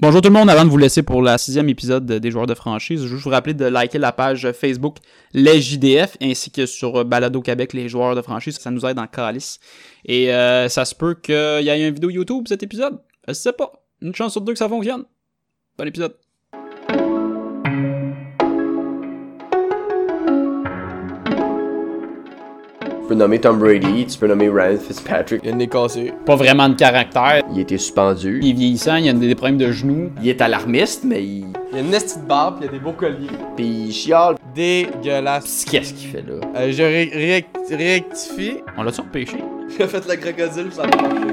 Bonjour tout le monde, avant de vous laisser pour le la sixième épisode de- des joueurs de franchise, je veux vous rappeler de liker la page Facebook Les JDF ainsi que sur euh, Balado Québec Les joueurs de franchise, ça nous aide en calice. Et euh, ça se peut qu'il y ait une vidéo YouTube cet épisode, je sais pas, une chance sur deux que ça fonctionne. Bon épisode. Tu peux nommer Tom Brady, tu peux nommer Ryan Fitzpatrick. Il y a le nez cassé. Pas vraiment de caractère, Il était suspendu. il est vieillissant, il a des des problèmes de genoux. Il est alarmiste, mais il... Il y a une nestie de barbe, puis il y a des beaux colliers. Puis il chiale. Dégueulasse. Qu'est-ce qu'il fait là? Euh, je ré- réact- rectifie. On l'a-tu repêché? J'ai fait le crocodile, ça a marché.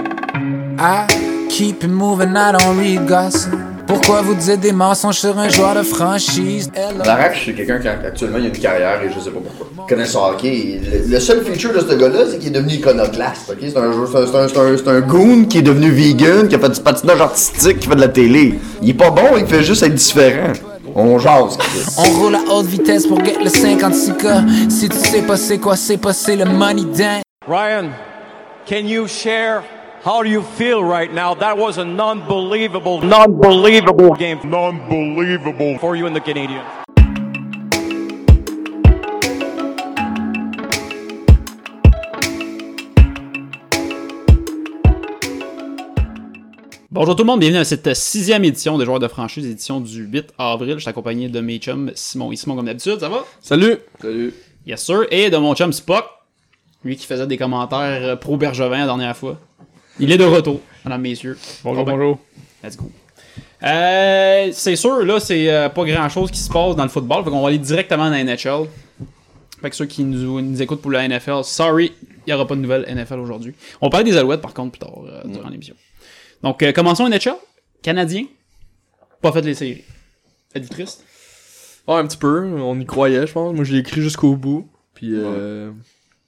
I keep it moving, I don't read gossip. Pourquoi vous dites des mensonges sur un joueur de franchise? Hello. Larache, c'est quelqu'un qui actuellement il a une carrière et je sais pas pourquoi. Connaît son hockey. Le, le seul feature de ce gars-là, c'est qu'il est devenu iconoclaste. ok? C'est un, jou- c'est un, c'est un- c'est un- c'est un goon qui est devenu vegan, qui a fait du patinage artistique, qui fait de la télé. Il est pas bon, il fait juste être différent. On jase. Chris. On roule à haute vitesse pour get le 56K. Si tu sais pas c'est quoi, c'est pas c'est le money dent. Ryan, can you share how do you feel right now? That was an unbelievable, non-believable game. Non-believable for you and the Canadians. Bonjour tout le monde, bienvenue à cette sixième édition des joueurs de franchise, édition du 8 avril. Je suis accompagné de mes chums Simon et Simon comme d'habitude, ça va? Salut! Salut. Yes sir, et de mon chum Spock, lui qui faisait des commentaires euh, pro Bergevin la dernière fois. Il est de retour, mesdames, messieurs. Bonjour, Oh ben, bonjour. Let's go. Euh, c'est sûr, là, c'est euh, pas grand chose qui se passe dans le football, fait qu'on va aller directement dans la NHL. Fait que ceux qui nous, nous écoutent pour la NFL, sorry, il n'y aura pas de nouvelle NFL aujourd'hui. On parle des Alouettes, par contre, plus tard, euh, durant l'émission. Donc, euh, commençons NHL. Canadien, pas fait les séries. Êtes-vous triste? Ouais, un petit peu. On y croyait, je pense. Moi, j'ai écrit jusqu'au bout. Puis, euh,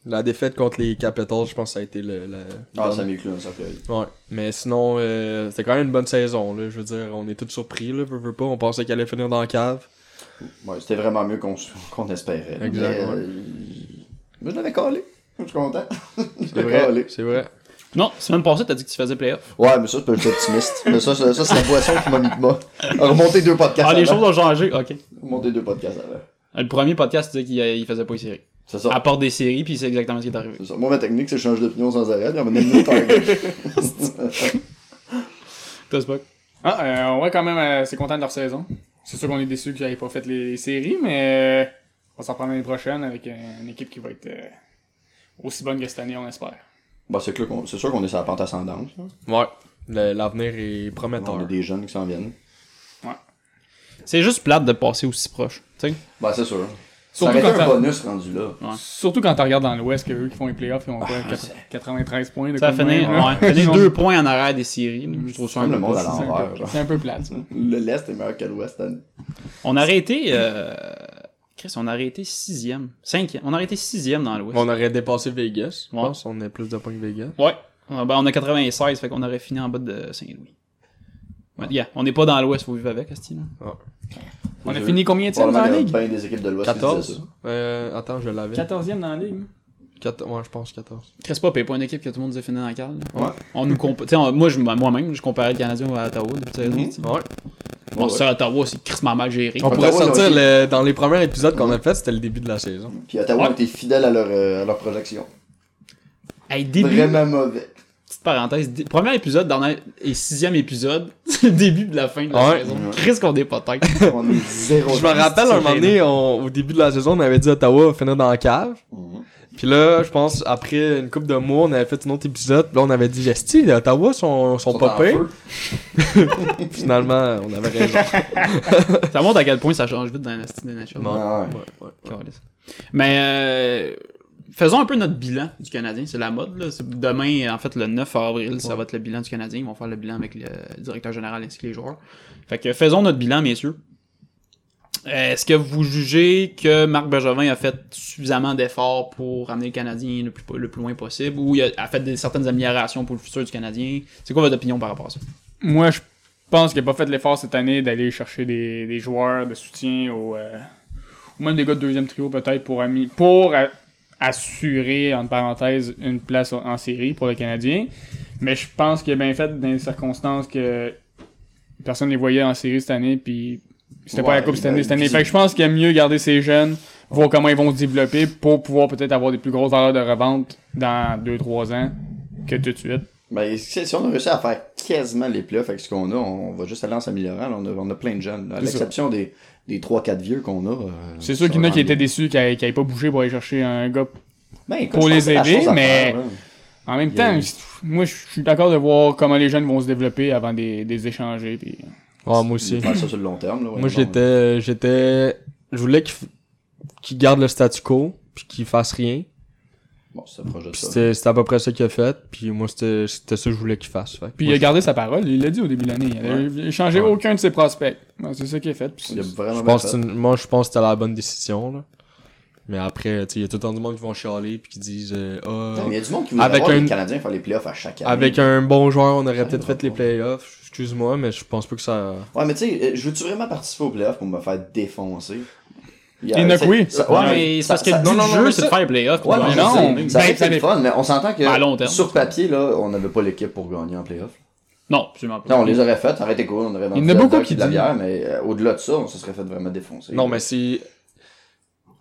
la défaite contre les Capitals, je pense que ça a été le. le- Ah, le- ça m'éclate, ça fait. Ouais, mais sinon, euh, c'était quand même une bonne saison, là. Je veux dire, on est tous surpris, là, veux, veux pas. On pensait qu'elle allait finir dans la cave. Ouais, c'était vraiment mieux qu'on qu'on espérait. Exact, Mais, euh, ouais. Moi, je l'avais collé. Je suis content. C'est vrai, c'est vrai. Non, semaine passée, t'as dit que tu faisais playoff. Ouais, mais ça, c'est pas être optimiste. Mais ça, ça, ça, c'est la boisson qui m'a mis de bas. Remonter deux podcasts Ah, les avant. choses ont changé, ok. Remonter deux podcasts avant. Le premier podcast, tu disais qu'il euh, il faisait pas les séries. C'est ça. Apporte des séries, puis c'est exactement ce qui est arrivé. C'est ça. Moi, ma technique, c'est que je change d'opinion sans arrêt, puis on va donner une autre target. Toi, Spock. Ah, euh, ouais, quand même, euh, c'est content de leur saison. C'est sûr qu'on est déçus qu'ils n'avaient pas fait les, les séries, mais euh, on s'en prend l'année prochaine avec euh, une équipe qui va être euh, aussi bonne que cette année, on espère. Bah, c'est sûr qu'on- c'est sûr qu'on est sur la pente ascendante. là. Ouais. Le- L'avenir est prometteur. On a des jeunes qui s'en viennent. C'est juste plate de passer aussi proche. tu sais. Bah, c'est sûr. Ça aurait Surtout été quand, un t'as- bonus rendu là. surtout quand tu regardes dans l'Ouest, que eux qui font les playoffs, ils ont quoi, quatre- 93 points. de Ça comme finit, même, hein. là. ouais, finit Ils ont- deux points en arrière des séries. là. Je trouve ça un Comme peu le monde à pas- C'est un, l'envers. peu- genre. c'est un peu plate. ça. Le lest est meilleur que l'ouest. hein. On a arrêté. euh, Chris, on a arrêté sixième. Cinquième. On a arrêté sixième dans l'Ouest. On aurait dépassé Vegas, je Ouais. pense. On a plus de points que Vegas. Ouais. Ah, ben, on a 96, fait qu'on aurait fini en bas de Saint-Louis. Ouais, yeah, on n'est pas dans l'Ouest, faut vivre avec, Asti. là. On a fini combien de dans Probablement la qu'il y a ligue bien des équipes de l'ouest qui disaient ça. 14 euh, Attends, je l'avais. 14e dans la ligue. Quator- Ouais, je pense 14. Chris Pop est pas une équipe que tout le monde disait finir dans la cale. là. Ouais. On nous compa- t'sais, on- moi, je, moi-même, je comparais le Canadien à Ottawa depuis cette année, t'sais. Ouais. Bon, Ouais, ça, Ottawa, c'est Chris mal géré. On pourrait Ottawa, sortir là, le- dans les premiers épisodes qu'on a fait, c'était le début de la saison. Puis Ottawa Ouais. était fidèle à leur, euh, à leur projection. Hey, début, Vraiment mauvais. petite parenthèse, dé- premier épisode dernier et sixième épisode, c'est le début de la fin de la Ouais. saison. Chris, qu'on est pas tête. On est zéro. Je me rappelle un moment donné, on- au début de la saison, on avait dit Ottawa finir dans la cave. Mhm. Puis là, je pense, après une couple de mois, on avait fait un autre épisode. Puis là, on avait dit Gesti, Ottawa sont, sont Ils sont pas en pires. feu. Finalement, on avait raison. Ça montre à quel point ça change vite dans la style des Nations. Ouais. Ouais. Ouais, ouais. Calisse. Mais euh, faisons un peu notre bilan du Canadien. C'est la mode. Là. C'est- Demain, en fait, le 9 avril, ça va être le bilan du Canadien. Ils vont faire le bilan avec le directeur général ainsi que les joueurs. Fait que faisons notre bilan, messieurs. Euh, Est-ce que vous jugez que Marc Bergevin a fait suffisamment d'efforts pour ramener le Canadien le plus, le plus loin possible ou il a, a fait des- certaines améliorations pour le futur du Canadien? C'est quoi votre opinion par rapport à ça? Moi, je pense qu'il n'a pas fait l'effort cette année d'aller chercher des, des joueurs de soutien au, euh, ou même des gars de deuxième trio peut-être pour, ami- pour euh, assurer, entre parenthèses, une place en en série pour le Canadien. Mais je pense qu'il a bien fait dans les circonstances que personne les voyait en série cette année, puis c'était pas Ouais, la coupe cette ben, année, cette année. puis- Fait que je pense qu'il aime mieux garder ces jeunes, voir comment ils vont se développer pour pouvoir peut-être avoir des plus grosses valeurs de revente dans 2-3 ans que tout de suite. Ben, si si on a réussi à faire quasiment les playoffs avec ce qu'on a, on va juste aller en s'améliorant. là. On a, on a plein de jeunes. là. À C'est ça. l'exception des, des 3-4 vieux qu'on a. euh, C'est sûr ça qu'il y en a va qui bien. étaient déçus, qui n'avaient pas bougé pour aller chercher un gars. Ben, écoute, pour je pense les que c'est la aider, chose à mais- faire, hein. là. En même temps, moi je suis d'accord de voir comment les jeunes vont se développer avant de les- de les échanger. Puis... Ah, moi aussi. Faut faire ça sur le long terme. là, ouais, bon, Moi, j'étais, euh, j'étais, je voulais qu'il f- qu'il garde le statu quo, puis qu'il fasse rien. Bon, c'est un projet de Puis ça. c'était, c'était à peu près ça qu'il a fait. Puis moi, c'était, c'était ça que je voulais qu'il fasse. Fait. que Puis moi, il a gardé sa parole, il l'a dit au début de l'année. Il a échangé Ouais. aucun de ses prospects. Ouais, c'est ça qu'il a fait. puis Il a c'est- vraiment je bien pense que fait. c'est une- moi, je pense que c'était la bonne décision. Là. Mais après, tu sais, il y a tout le temps du monde qui vont chialer puis qui disent euh, Ah, Mais Il y a du monde qui voulait Avec voir un- les Canadiens faire les playoffs à chaque année. avec un bon joueur, on aurait Ça peut-être arrivera fait les pas. playoffs. Excuse-moi, mais je pense pas que ça. Ouais, mais tu sais, euh, je veux-tu vraiment participer aux playoffs pour me faire défoncer? Il y a- Et Nock, c'est- oui. ça- Ouais, ouais, mais c'est ça- parce que ça- le non, but non, du non, mais jeu, c'est de ça- faire les playoffs. Ouais, puis mais voilà. non, non, ça aurait ben, été le fun, mais on s'entend que Ben, à long terme. sur papier, là, on n'avait pas l'équipe pour gagner en playoff. Non, absolument pas. Non, on les aurait faites, ça aurait été cool, on aurait Il y en a mangé du hot beaucoup dog qui et de la disent- bière, mais euh, au-delà de ça, on se serait fait vraiment défoncer. Non, mais c'est.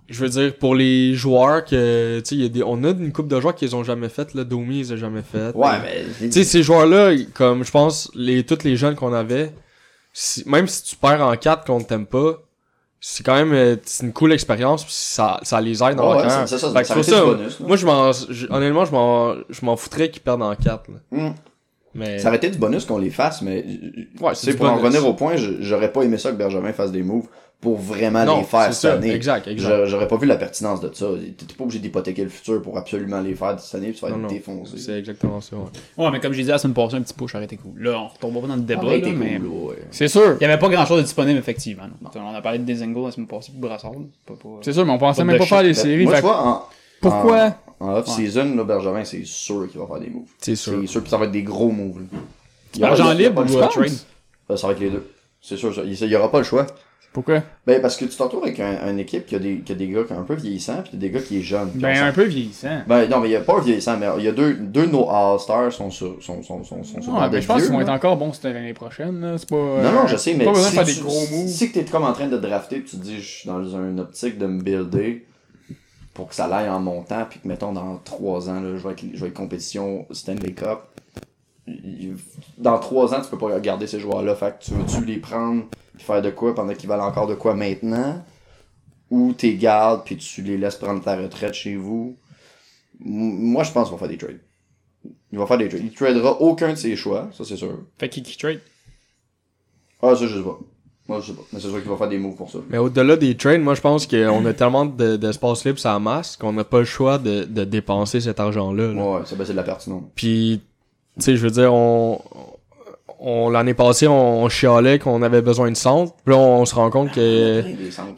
Je veux dire, pour les joueurs que. Tu sais, il y a des... on a une coupe de joueurs qu'ils ont jamais faite. là. Domi, ils ont jamais fait. Ouais, mais. Tu sais, ces joueurs-là, comme je pense, les, tous les jeunes qu'on avait, si- même si tu perds en 4 qu'on t'aime pas, c'est quand même euh, c'est une cool expérience, puis ça, ça les aide dans Ouais, leur ouais, carrière. c'est- c'est ça, Fait que ça pour aurait été du bonus, là. Moi, je m'en, je- honnêtement, je m'en, je m'en foutrais qu'ils perdent en 4. Là. Mm. Mais, Ça aurait été du bonus qu'on les fasse, mais. Ouais, Ouais, c'est c'est du pour en bonus. revenir au point, je- j'aurais pas aimé ça que Bergevin fasse des moves pour vraiment non, les faire c'est cette ça, année. exact, exact. J'a- J'aurais pas vu la pertinence de ça. T'es pas obligé d'hypothéquer le futur pour absolument les faire cette année, puis tu vas Non, être non, défoncé. c'est exactement ça. ouais. Ouais, mais comme je disais la semaine passée, un petit push aurait été cool. Là, on retombe pas dans le Ça débat, aurait là, été mais... cool, ouais. C'est sûr. Il n'y avait pas grand-chose de disponible, effectivement. non. On a parlé de Dezingo la semaine passée, puis Brassard. là. Pas- pas- C'est sûr, mais on Pas pensait de même pas shit. faire les Ben, séries. Moi, fait tu vois, en, pourquoi en off-season, là, Bergevin, c'est sûr qu'il va faire des moves. C'est sûr. C'est sûr, puis ça va être des gros moves. là. Il y aura- Argent il y a libre pas le ou choix. euh, trade? Ben, Ça va être les deux. C'est sûr, ça. il il y aura pas le choix. Pourquoi Ben, parce que tu t'entoures avec un, une équipe qui a, des, qui a des gars qui sont un peu vieillissants, puis des gars qui sont jeunes. Puis on Ben, s'en- un peu vieillissant. Ben, non, mais il y a pas vieillissants, mais il y a deux, deux de nos All-Stars sont sur, sont, sont, sont, sont sur le Ouais, banc ben, des je pense Ah, vieux, qu'ils vont là. être encore bons cette l'année prochaine. là. C'est pas. Non, non, je sais, mais Pas besoin de si, faire tu, des gros moves. si que t'es comme en train de drafter, puis tu te dis, je suis dans une optique de me builder pour que ça l'aille en montant, puis que, mettons, dans trois ans, là, je vais être, je vais être compétition Stanley Cup. Il- Dans trois ans, tu peux pas garder ces joueurs-là. Fait que tu veux-tu les prendre, puis faire de quoi pendant qu'ils valent encore de quoi maintenant, ou t'es gardes, puis tu les laisses prendre ta retraite chez vous. M- Moi, je pense qu'on va faire des trades. Il va faire des trades. Il tradera aucun de ses choix, ça c'est sûr. Fait qui qui trade? Ah, ça, je sais pas. Moi, je sais pas. Mais c'est sûr qu'il va faire des moves pour ça. Mais au-delà des trades, moi je pense qu'on a tellement de- d'espace libre sur la masse qu'on n'a pas le choix de, de dépenser cet argent-là. là. Ouais, ça, ben, c'est de la pertinence. Puis, tu sais, je veux dire, on, on l'année passée, on, on chialait qu'on avait besoin de centre. Puis là, on se rend compte que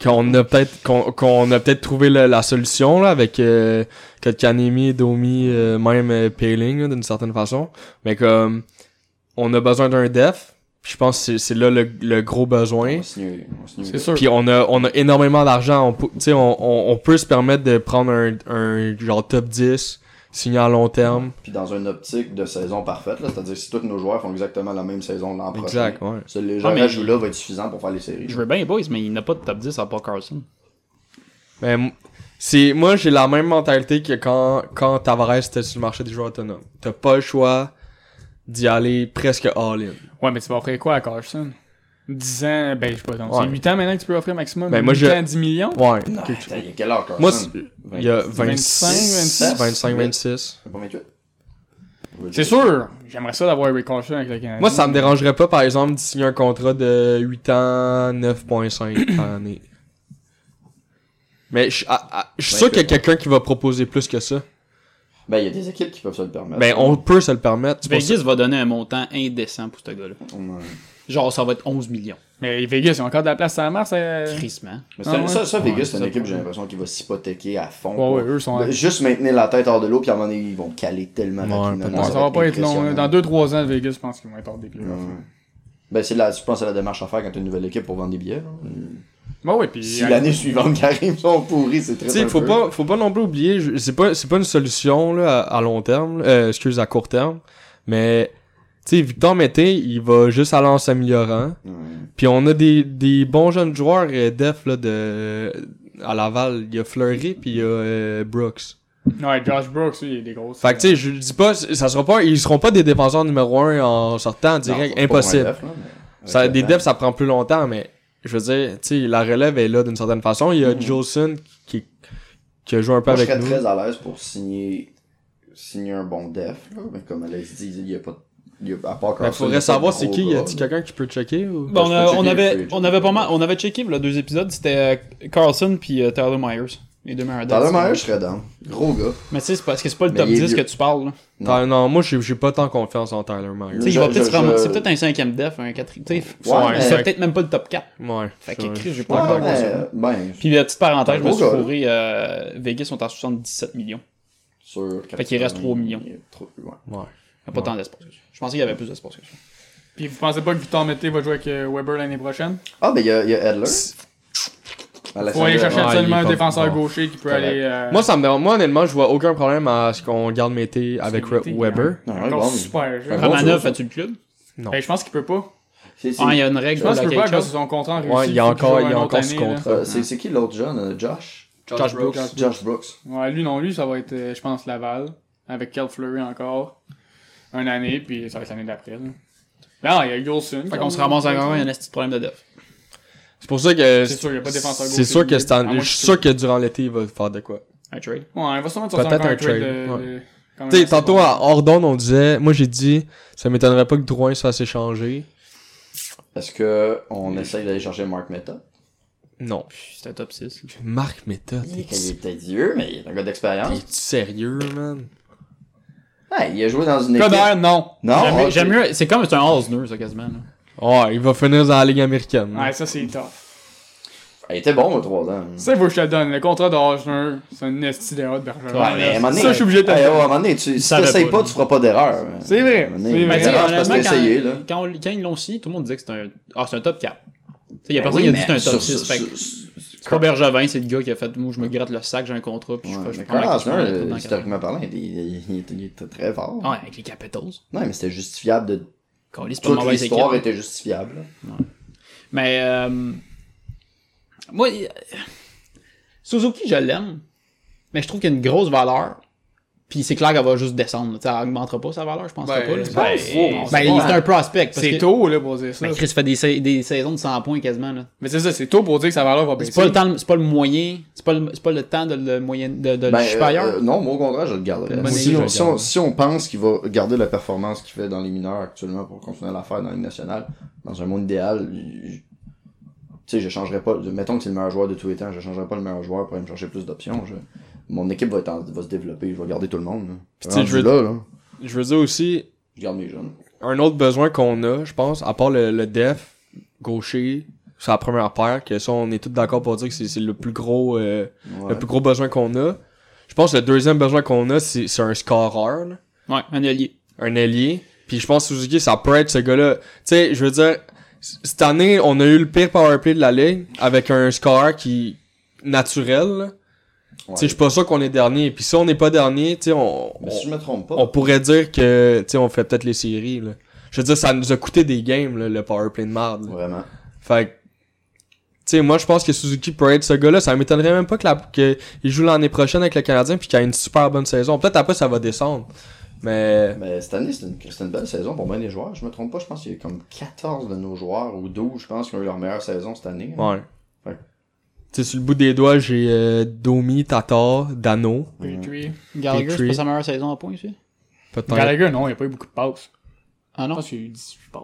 qu'on a peut-être qu'on qu'on a peut-être trouvé la, la solution là avec euh, Kotkanemi, Domi, euh, même euh, Paling là, d'une certaine façon. Mais comme on a besoin d'un def, puis je pense que c'est- c'est là le, le gros besoin. On va signer- on va signer- C'est sûr. Puis on a, on a énormément d'argent. On, peut- tu sais, on, on, on peut se permettre de prendre un, un genre top 10, signé à long terme. Puis dans une optique de saison parfaite, là, c'est-à-dire si tous nos joueurs font exactement la même saison l'an prochain. Exact, ouais. Ce léger Ah, mais- ajout-là va être suffisant pour faire les séries. Je veux bien les boys, mais il n'a pas de top 10 à part Carlson. Mais m- c'est, moi, j'ai la même mentalité que quand, quand Tavares était sur le marché des joueurs autonomes. T'as pas le choix d'y aller presque all-in. Ouais, mais tu vas offrir quoi à Carson 10 ans, ben, je sais pas, donc, Ouais. c'est 8 ans maintenant que tu peux offrir maximum. Ben, moi, 8 je- ans, 10 millions Ouais. Non, attends, il y a quelle heure, Carson? Moi, c'est- il y a 25, 26, 25, 26. C'est pas 28? C'est sûr. Euh, J'aimerais ça d'avoir Eric Carson avec le Canadien. Moi, ça me dérangerait pas, par exemple, de signer un contrat de 8 ans, 9.5 par année. Mais je à- à- je suis sûr qu'il y a quelqu'un qui va proposer plus que ça. Ben, il y a des équipes qui peuvent se le permettre. Ben, on peut se le permettre. C'est pour ça- Vegas va donner un montant indécent pour ce gars-là. Ouais. Genre, ça va être 11 millions. Mais Vegas, ils ont encore de la place à la masse. euh, Crissement. Mais c'est- Ah ouais? ça, ça, Vegas, Ouais, c'est ça une équipe, peut- j'ai l'impression, qui va s'hypothéquer à fond. Ouais, pour- ouais, eux sont- Ben, Juste maintenir la tête hors de l'eau, puis à un moment donné, ils vont caler tellement Ouais, rapidement. peut-être. Ouais, ça va pas être long. là. impressionnant. Dans 2-3 ans, Vegas, je pense qu'ils vont être hors des playoffs. Ouais. Ben, c'est la, je pense que c'est la démarche à faire quand t'as une nouvelle équipe pour vendre des billets. là. Bah ouais, puis. Si l'année suivante qui arrive sont pourris, c'est très Tu sais, faut pas, faut pas non plus oublier, je- c'est pas, c'est pas une solution là, à, à long terme, là, euh, excuse, à court terme, mais tu Tu sais, Victor Mété, il va juste aller en s'améliorant. Puis on a des, des bons jeunes joueurs euh, def là, de, à Laval. Il y a Fleury, puis il y a euh, Brooks. Ouais, Josh Brooks, lui, il y a des grosses. Fait que, tu sais, je dis pas, ça sera pas, ils seront pas des défenseurs numéro un en sortant direct. Impossible. Ça, des devs, ça prend plus longtemps, mais je veux dire, tu sais, la relève est là d'une certaine façon. Il y a Jolson qui, qui a joué un peu Mm. Moi, je avec serais nous. très à l'aise pour signer, signer un bon def. là, Mais comme Alex dit, il n'y a pas il y a, à part Carlson, Il il y a Ben, faudrait pas savoir de c'est gros qui. Y gars, a-t-il là. quelqu'un qui peut checker ou... Ben, Bon, on, a- je peux on checker avait, les on avait pas free mal, on avait checké voilà, deux épisodes, c'était euh, Carlson puis euh, Tyler Myers, les deux meilleurs Tyler devs. Myers, je serais down. Gros gars. Mais tu sais, c'est parce que c'est pas le Mais top il est 10 que vieux. tu parles. là. Tyler- Ben, Non, moi, j'ai j'ai pas tant confiance en Tyler Myers. Tu sais, il va Je- peut-être je- se ramasser- je- C'est peut-être un cinquième def, un quatrième. tu sais, Ouais, mais- C'est peut-être même pas le top 4. Ouais. Fait que c'est vrai. Chris, j'ai pas Ouais, encore mais, confiance. ben, Puis la petite parenthèse, je me Gros suis gars. fourré, euh, Vegas sont à 77 millions. sur Fait qu'il reste 3 millions. il y a trop- ouais. Ouais. Il n'y a pas tant d'espace que ça. Je pensais qu'il y avait plus d'espace que ça. euh, Puis vous pensez pas que Victor Mété va jouer avec euh, Weber l'année prochaine Ah, ben, il y a, il y a Adler. Faut aller chercher Ouais, absolument il est un pas défenseur bon. gaucher qui peut Correct. aller. euh, Moi, ça me dérange. Moi, honnêtement, je vois aucun problème à ce qu'on garde Mété avec Mété, Re- Weber. Non, ouais, euh, encore bon, super. jeu. Fait Ben, bon. Romanov, fait-tu le club je pense qu'il peut pas. C'est c'est- Ah, il y a une règle Je pour pense la qu'il peut pas à quelque cause de chose. son contrat en Russie. Ouais, il y a faut qu'il encore, joue il y a une autre encore ce année, là. contrat. euh, c'est c'est qui l'autre jeune euh, Josh Josh Brooks. Josh Brooks. Ouais, lui non, lui, ça va être, euh, je pense, Laval. Avec Kel Fleury encore. Une année, puis ça va être l'année d'après. là. Ben Non, il y a Golson. Fait qu'on se ramasse encore un petit problème de def. C'est pour ça que. C'est sûr, il y a pas de défenseur C'est gauche, sûr que lui. c'est en- À moins Je que suis tu- sûr que durant l'été, il va faire de quoi. Un trade. Ouais, il va sûrement Peut-être sortir encore un un trade. trade, de- ouais. de- quand même Tu sais, assez tantôt bon. à Ordon, on disait. Moi, j'ai dit, ça m'étonnerait pas que Drouin se fasse échanger. Est-ce que on essaye d'aller chercher Mark Meta Non. C'était top 6. Marc Meta, t'es- Il est peut-être vieux, mais il est un gars d'expérience. t'es-tu sérieux, man? Ouais, il a joué dans une équipe. Coder, non. Non, J'aime Ah, ok. mieux- J'aime mieux. C'est comme c'est un Halsner, ça, quasiment. là. Ouais, il va finir dans la Ligue américaine. Ouais, ça c'est tough. Il était bon, aux 3 ans. Ça, il faut que je te le donne. Le contrat d'Horgner, c'est un esti de hot, Bergeron. Ouais, mais à un moment donné, Ça, je suis obligé de te le hey, dire. ouais, à un moment donné, tu, si savais t'essayes pas, pas, là. tu feras pas d'erreur. mais- C'est vrai, À un moment donné, c'est il y a vrai. des Mais erreurs tu sais, parce que honnêtement, t'essayais, là. quand, quand, on- quand ils l'ont signé, tout le monde disait que c'était un, ah, c'est un top 4. Il y a Ben personne oui, qui a dit que mais c'était un top sur- 6. sur- Fait que sur- c'est pas Bergevin, c'est le gars qui a fait Moi, je me gratte le sac, j'ai un contrat, puis Ouais, je, je mais prends ma Carl caution, je Hassner, prends dans euh, la historiquement parlant, il, il- il- il était très fort. carte. Ouais, avec les Capitals. Non, mais c'était justifiable. De... Calais, c'est pas une Toute mauvaise l'histoire équipe. était justifiable. là. Mais, euh, moi, il- Suzuki, je l'aime, mais je trouve qu'il y a une grosse valeur. Puis c'est clair qu'elle va juste descendre. là. Tu sais, elle augmentera pas sa valeur, je pense pas. là. Ben, pense ben, il- c'est un prospect. parce C'est que- tôt, là, pour dire ça. Ben, Chris fait des, sa- des saisons de 100 points quasiment. Là. Mais c'est ça, c'est tôt pour dire que sa valeur va baisser. Ben, C'est pas le temps, c'est pas le moyen, c'est pas le, c'est pas le temps de le moyen de, de Ben, le euh, chipper ailleurs. euh, non, moi, au contraire, je le garderais. Bonne Si, idée, on, je si, le on, garde. si on pense qu'il va garder la performance qu'il fait dans les mineurs actuellement pour continuer à la faire dans les nationale, dans un monde idéal, je- tu sais, je changerais pas. Mettons que c'est le meilleur joueur de tous les temps, je changerais pas le meilleur joueur pour aller me chercher plus d'options. je- Mon équipe va, être en- va se développer, je vais garder tout le monde. là. tu sais, je veux- Rendu là, là, Je veux dire aussi, je garde mes jeunes. un autre besoin qu'on a, je pense, à part le, le def, gaucher, c'est la première paire, que ça, on est tous d'accord pour dire que c'est c'est le plus gros euh, Ouais. le plus gros besoin qu'on a. Je pense que le deuxième besoin qu'on a, c'est c'est un scoreur, là, Ouais, un allié. un ailier. Puis je pense que Suzuki, ça peut être ce gars-là. Tu sais, je veux dire, c- cette année, on a eu le pire powerplay de la ligue avec un scoreur qui naturel. là. Tu sais, je suis pas sûr qu'on est dernier. Puis si on n'est pas dernier, tu sais, on, Mais si je me trompe pas, on pourrait dire que, tu sais, on fait peut-être les séries, là. Je veux dire, ça nous a coûté des games, là, le powerplay de marde. là. vraiment. Fait que, tu sais, moi, je pense que Suzuki peut être ce gars-là. Ça m'étonnerait même pas que la- que il joue l'année prochaine avec le Canadien puis qu'il a une super bonne saison. Peut-être après, ça va descendre. Mais, Mais cette année, c'est une, c'est une belle saison pour bien des joueurs. Je me trompe pas, je pense qu'il y a comme 14 de nos joueurs ou 12, je pense, qui ont eu leur meilleure saison cette année. hein. ouais. Ouais. Tu sais, sur le bout des doigts, j'ai euh, Domi, Tatar, Dano, Petrie. Gallagher, c'est Petrie. pas sa meilleure saison à points, aussi. peut-être. Gallagher, non, il n'y a pas eu beaucoup de passes. Ah Je non? pense qu'il y a eu 18 passes.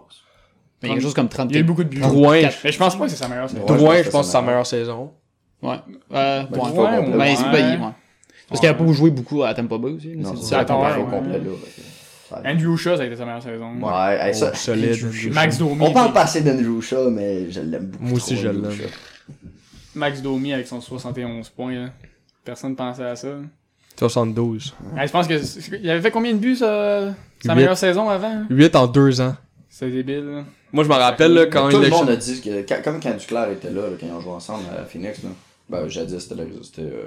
Mais il y a quelque chose comme 30 Il y a eu beaucoup de buts. Drouin, Quatre. Mais je pense pas que c'est sa meilleure saison. Ouais, Drouin, je je pense que c'est sa meilleure saison. Ouais. Euh, ouais. tu vois, Ben, ouais. c'est pas il, ouais. Parce qu'il a pas joué beaucoup à Tampa Bay aussi. là, Non, c'est- c'est c'est ça, à qu'on tort. parle au ouais. complet, là. fait que- Ouais, Andrew Shaw, ça a été sa meilleure saison. hey, ça- Oh, solide. Max Domi. On parle pas assez d'Andrew Shaw, mais je l'aime beaucoup. Moi aussi, trop, je Andrew l'aime. Shaw. Max Domi avec son 71 points. là. Personne pensait à ça. 72. Ah, je pense que c'est- il avait fait combien de buts euh, sa Huit. meilleure saison avant hein? 8 en 2 ans. C'est débile. là. Moi, je me rappelle, là, quand Tout le il a- monde a dit que, quand- comme quand Duclair était là, là, quand ils ont joué ensemble à Phoenix, là, ben, jadis, c'était, le- c'était, euh,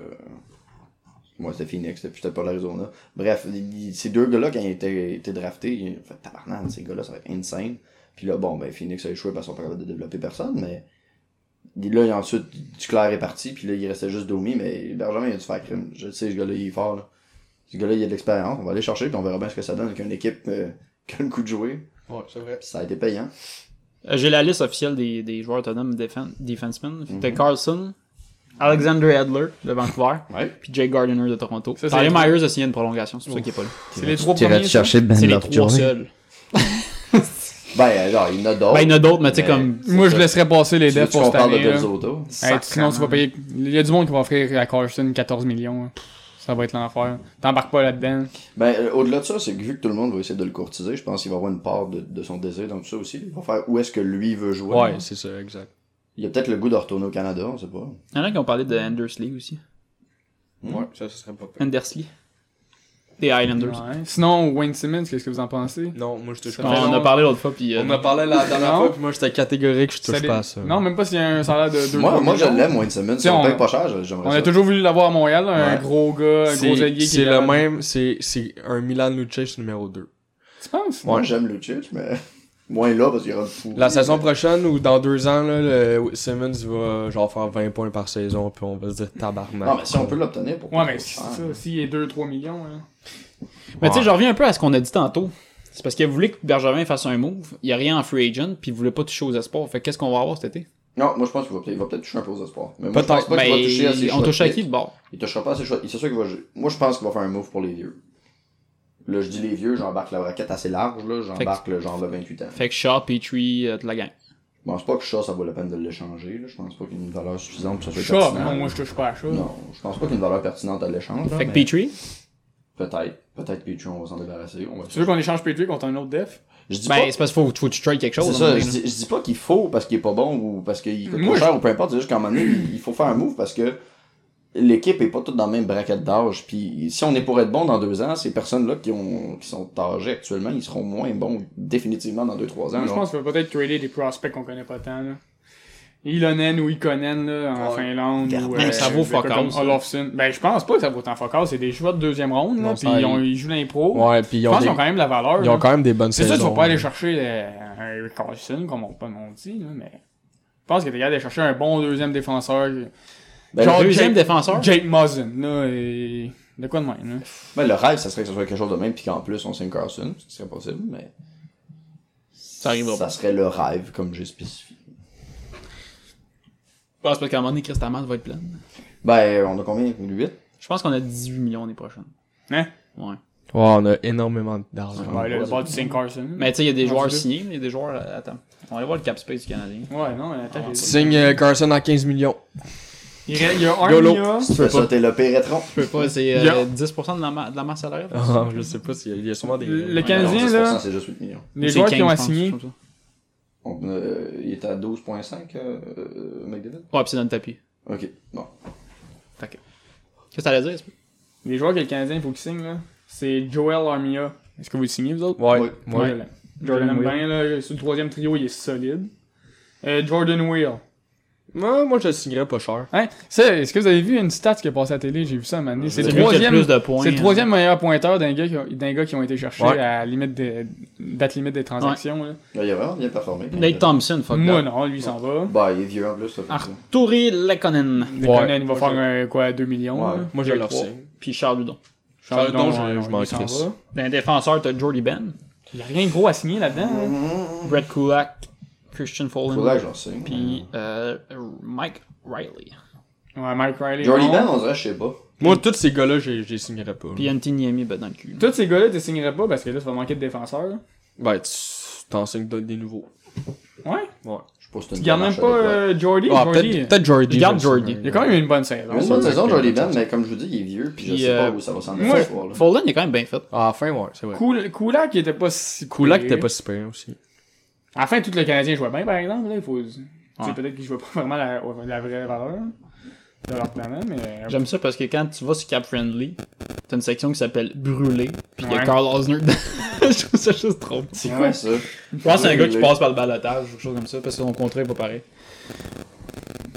Moi, c'était Phoenix, c'était peut-être pas l'Arizona. Bref, il- ces deux gars-là, quand ils étaient, étaient draftés, ils ont fait tabarnak, ces gars-là, ça va être insane. Puis là, bon, ben, Phoenix a échoué parce qu'on capable de développer personne, mais. Et là, ensuite, Duclair est parti, puis là, il restait juste Domi, mais Benjamin, il a dû faire crime. Je le sais, ce gars-là, il est fort, là. Ce gars-là, il a de l'expérience. On va aller chercher, puis on verra bien ce que ça donne avec une équipe euh, qui a le coup de jouer. Ouais, c'est vrai. Puis ça a été payant. Euh, J'ai la liste officielle des, des joueurs autonomes defen- defensemen. C'était Carlson, Alexander Adler de Vancouver, Ouais. puis Jake Gardiner de Toronto. Ça, c'est- Tyler Myers a signé une prolongation, c'est pour ça qu'il est pas là. C'est les trois T'irais-tu premiers. ça? chercher Ben C'est les Lovejoy? trois seuls. Ben, genre, il y en a d'autres. Ben, il y en a d'autres, mais tu sais, Mais- comme. Moi, je ça. laisserais passer les Tu veux devs pour qu'on cette parle année. de là. Delzotto? Hey, sinon, tu vas payer. Il y a du monde qui va offrir à Carson 14 millions. hein. Ça va être l'enfer. T'embarques pas là-dedans. Ben, euh, au-delà de ça, c'est que vu que tout le monde va essayer de le courtiser, je pense qu'il va avoir une part de, de son désir dans tout ça aussi. Il va faire où est-ce que lui veut jouer. Ouais, c'est ça, exact. Il a peut-être le goût de retourner au Canada, on sait pas. Il y en a qui ont parlé de Andersley aussi. Ouais, ça, ça serait pas pire. Andersley. Des Islanders. Ouais. Sinon, Wayne Simmons, qu'est-ce que vous en pensez Non, moi, je touche Ça On pas. fait en a long. parlé l'autre fois, puis. euh, On en parlé la dernière Non. fois, puis moi, j'étais catégorique, je euh, touche Ça pas dé- à ça. Non, même pas s'il y a un salaire de 2 Moi, moi je l'aime, moins une semaine. T'sais, C'est on... on- paye pas cher, je- j'aimerais On ça. a toujours voulu l'avoir à Montréal, un Ouais. gros gars, un euh, gros allié C'est qui c'est est le capable- même, c'est c'est un Milan Lucic numéro 2. Tu penses Moi, j'aime Lucic, mais moins là parce qu'il y aura de fou. La saison prochaine ou dans deux ans, là, le Simmons va genre faire 20 points par saison, puis on va se dire tabarnak. Non, mais si on peut l'obtenir, pour Ouais, mais c'est ça. S'il y a 2-3 millions, hein. Mais tu sais, je reviens un peu à ce qu'on a dit tantôt. C'est parce que vous voulez que Bergevin fasse un move, il n'y a rien en free agent, puis vous voulez pas toucher aux espoirs. Fait que qu'est-ce qu'on va avoir cet été Non, moi, je pense qu'il va peut-être il va peut-être toucher un peu aux espoirs. Mais moi, je pense pas qu'il va Ben, toucher à ses on choix touche à de qui de bord Il touchera pas à ses choix. C'est sûr qu'il va. jouer. Moi, je pense qu'il va faire un move pour les vieux. Là, je dis les vieux, j'embarque la raquette assez large, là. J'embarque le genre de 28 ans. Fait que Shaw, Petrie, euh, toute la gang. Je pense pas que Shaw, ça vaut la peine de l'échanger, là. Je pense pas qu'il y ait une valeur suffisante pour que ça soit Chat, pertinent. non, moi je touche pas à ça. Non, je pense pas qu'il y ait une valeur pertinente à l'échange. là, Fait que mais Petrie Peut-être. Peut-être Pichu, on va s'en débarrasser. On va... Tu veux qu'on échange Patrick contre un autre def Je dis pas. Ben, c'est parce qu'il faut, faut que tu trades quelque C'est chose. hein. à un ça, moment je donné, dis, je dis pas qu'il faut parce qu'il est pas bon ou parce qu'il coûte Moi, trop cher ou peu importe, c'est juste qu'à un moment donné, il faut faire un move parce que l'équipe est pas toute dans le même bracket d'âge. Puis si on est pour être bon dans deux ans, ces personnes-là qui, ont, qui sont âgées actuellement, ils seront moins bons définitivement dans deux, trois ans. Moi, je là. pense qu'il va peut-être trader des prospects qu'on connaît pas tant. Là. Ilonen ou Ikonen là, en Ouais. Finlande. Ou, Vernon, ça vaut des gars fuck comme all, ça. Olofsson. Ben, je pense pas que ça vaut tant fuck all. C'est des joueurs de deuxième ronde. Non, Là, ça puis arrive. ils, ont- ils jouent dans les pros. Ouais, puis ils Je ont, pense des- qu'ils ont quand même de la valeur. ils ont là. quand même des bonnes C'est saisons. sûr, tu vas pas aller là. chercher euh, un Eric Carlson, comme on, comme on dit, là, mais je pense que t'es capable d'aller chercher un bon deuxième défenseur. Ben, Genre le deuxième Jake- défenseur. Jake Muzzin, là, et... de quoi de même, là. Ben, le rêve, ça serait que ce soit quelque chose de même, puis qu'en plus, on signe Carson, ce qui serait possible, mais Ça arrivera ça pas. serait le rêve, comme j'ai spécifié. Je pense parce qu'à un moment donné, Chris Tamas va être pleine. Ben, on a combien avec 8? Je pense qu'on a 18 millions l'année prochaine. Hein? Ouais. Ouais, on a énormément d'argent. Ouais, là, le bord du St. Carson. Mais tu sais, il y a des Ah, joueurs c'est signés, il y a des joueurs. euh, Attends. On va aller voir le cap space du Canadien. Ouais, non, mais attends, Tu j'ai- signes euh, Carson à 15 millions. il y a- il y a un Yolo. million. Tu fais ça, t'es le pérétron. Je peux pas, c'est euh, Yeah. 10% de la, ma- de la masse salariale. Ah, je sais pas s'il y a- il y a sûrement des. Le Ben non, Canadien, 10%, là, c'est juste 8 millions. les C'est joueurs qui 15, ont je pense, assigné, comme ça. On, euh, il est à 12.5, euh, euh, McDavid? Ouais, pis c'est dans le tapis. Ok, bon. Qu'est-ce que t'allais dire? c'est- les joueurs que le Canadien, il faut qu'ils signent, là, c'est Joel Armia. Est-ce que vous le signez, vous autres? Ouais, Ouais. ouais. là. Jordan Bain, là, sur le troisième trio, il est solide. Euh, Jordan Wheel. Moi, moi, je le signerais pas cher. Hein? Ça, Est-ce que vous avez vu une stat qui est passée à la télé? J'ai vu ça à un moment donné. C'est le C'est lui qui a le troisième, plus de points. c'est le hein. troisième meilleur pointeur d'un gars, qui a- d'un gars qui ont été cherchés Ouais. à la limite des, date limite des transactions. là. Là, il a vraiment bien performé. Nate Thompson, fuck Moi, that. non, lui, il s'en va. Bah, il est vieux en plus, ça fait ça. Arturi Lekonen. Le Ouais. Conan, il va Moi, faire je- euh, quoi, 2 millions. Ouais. là. Moi, je Le le trois. signe. Puis Charles Ludon. Charles Charles Ludon, Ludon, je- je m'en hein, il s'en crisse. va. Dans les défenseurs, t'as Jordy Ben, Il n'y a rien de gros à signer là-dedans. hein. Brett Kulak, Christian Faudrait Follin, que j'en signe. puis euh, Mike Riley. Ouais, Mike Riley. Jordy non. Ben, on dirait, je sais pas. Moi, tous ces gars-là, je je les signerais pas. Puis Antti Niemi, ben dans le cul. Tous ces gars-là, tu les signerais pas parce que là, ça va manquer de défenseurs. là. Ben, tu t'en signes d'autres- des nouveaux. Ouais. Ouais. Je sais pas si c'est Tu une gardes même démarche pas adéquate. euh, Jordy. Ah, Jordy, peut-être peut Jordy. Je garde je le Jordy. signerais. Il a quand même eu une bonne Il saison. a une bonne Ouais, saison, ok, Jordy ça Ben, mais comme je vous dis, il est vieux, puis je Puis, sais pas euh, où ça va s'en moi, aller. ce soir, là. Follin est quand même bien fait. Ah, enfin, ouais, c'est vrai. Koul- Kulak, il était pas si. Kulak, pire. t'es pas super aussi. Enfin, tout le Canadien jouait bien, par exemple. Là, il faut... tu sais, Peut-être qu'ils jouaient pas vraiment la, la vraie valeur de leur talent, mais. J'aime ça parce que quand tu vas sur Cap Friendly, t'as une section qui s'appelle Brûler, puis il y a Ouais. Carl Osner dedans. Je trouve ça juste trop. petit. C'est quoi ça? Je pense que c'est un gars qui Brûler. passe par le balotage ou quelque chose comme ça parce que son contrat est pas pareil.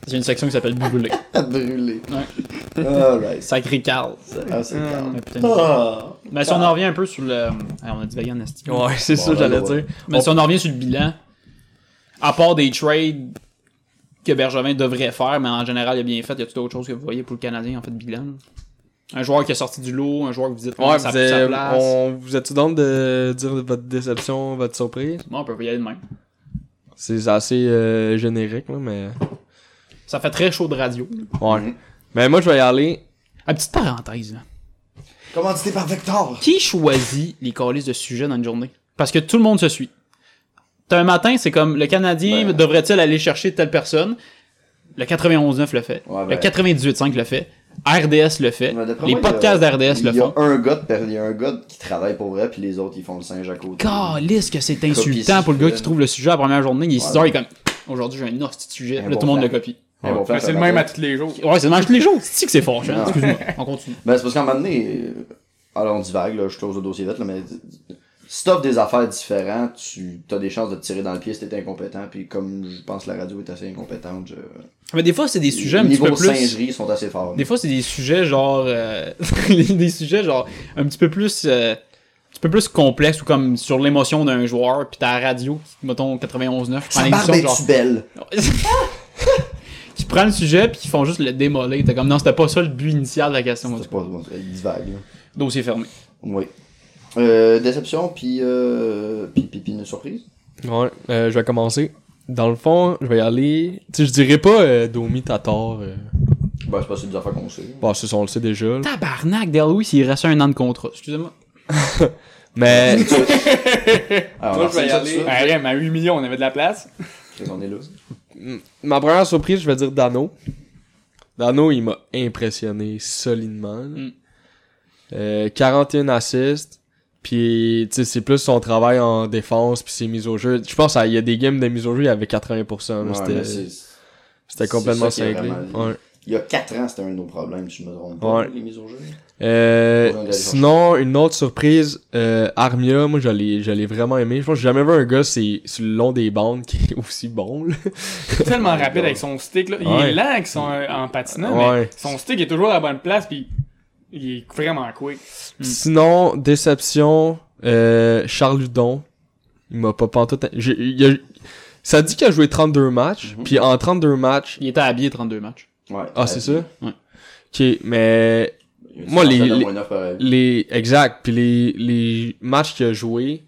C'est une section qui s'appelle Brûler. brûlé. Alright. Sacré Carl. Ah, c'est calme. Ah, putain. Ah. Mais si on en revient un peu sur le. Ah, on a dit vegan esti. Ouais, c'est Bon, ça, là, j'allais ouais. dire. Mais si on en revient sur le bilan, à part des trades que Bergevin devrait faire, mais en général, il a bien fait, il y a toute autre chose que vous voyez pour le Canadien, en fait, bilan. là. Un joueur qui est sorti du lot, un joueur que vous dites, Ouais, ça vous, pue sa êtes, place. on, vous êtes-tu dans de dire votre déception, votre surprise? Bon, on peut y aller de même. C'est assez euh, générique, là, mais... Ça fait très chaud de radio. Ouais. Mais moi, je vais y aller... À petite parenthèse, là. Comment tu t'es par Vector? Qui choisit les calices de sujets dans une journée? Parce que tout le monde se suit. T'as un matin, c'est comme le Canadien Ben. devrait-il aller chercher telle personne? Le 91.9 le fait. Ouais, ben. Le 98.5 le fait. RDS le fait. Mais d'après Les moi, podcasts il y a- d'RDS le Il y font. a un gars de per- il y a un gars qui travaille pour vrai, puis les autres ils font le singe à côté. Calisse que c'est insultant Copie, pour le gars qui si trouve le sujet la première journée. Il est Ouais, 6 heures, ouais. il est comme Aujourd'hui, j'ai un hostie de sujet. Un Là, bon tout le monde le plan. copie. Ils vont Mais faire c'est ça le même à matin. tous les jours. Ouais, c'est dans tous les jours. C'est que c'est fort, hein. Non. Excuse-moi. On continue. Ben, c'est parce qu'à un moment donné, euh, alors on divague, là, je close le dossier vite, là, mais si t'offres des affaires différentes, tu as des chances de te tirer dans le pied si t'es incompétent, puis comme je pense que la radio est assez incompétente, je... Mais des fois, c'est des sujets un les petit peu niveaux plus. singerie sont assez forts. Des fois, c'est des sujets genre. euh, des sujets genre un petit peu plus. euh, un petit peu plus complexes ou comme sur l'émotion d'un joueur, puis t'as la radio, mettons 91.9, qui prend Sa barbe l'émission, est genre. belle? qui prend le sujet, puis qui font juste le démoler. T'es comme non, c'était pas ça le but initial de la question. C'est pas bon, elle divague, là. Dossier fermé. Oui. Euh, déception, puis euh, puis- puis- puis une surprise. Ouais, euh, je vais commencer. Dans le fond, je vais y aller... Tu sais, je dirais pas euh, Domi, Tatar... euh, Ben, c'est pas c'est des affaires qu'on sait. Bah, c'est ça, on le sait déjà, là. Tabarnak, Delwis, il restait un an de contrat. Excusez-moi. Mais... Alors, Moi, je vais y Marcel, ça, aller. tu Ah, ouais, mais à 8 millions, on avait de la place. sais, On est là. Ma première surprise, je vais dire Dano. Dano, il m'a impressionné solidement. là. Mm. Euh, 41 assists. Puis, tu sais, c'est plus son travail en défense, puis ses mises au jeu. Je pense qu'il y a des games de mise au jeu, il y avait 80%. là, Ouais, mais c'était, c'est- c'était complètement c'est ça qui est cinglé. vraiment- Ouais. Il y a 4 ans, c'était un de nos problèmes, si je me trompe pas, Ouais. les mises au jeu. Euh, Ouais, on a sinon, une autre surprise, euh, Armia, moi, je l'ai, je l'ai vraiment aimé. Je pense que j'ai jamais vu un gars c'est, sur le long des bandes qui est aussi bon. là. C'est tellement rapide avec son stick. Là. Il Ouais. est lent avec son, euh, en patinant, Ouais. mais son stick est toujours à la bonne place, puis il est vraiment quick. Hmm. Mm. Sinon, déception, euh, Charles Hudon. Il m'a pas pantoute. j'ai- il a- ça dit qu'il a joué 32 matchs, Mhm. puis en 32 matchs. Il était habillé 32 matchs. Ouais. Ah, c'est ça? Ouais. Ok, mais Il y a Moi, une les- centaine de les- moins neuf par avis. les. Exact, puis les, les matchs qu'il a joué,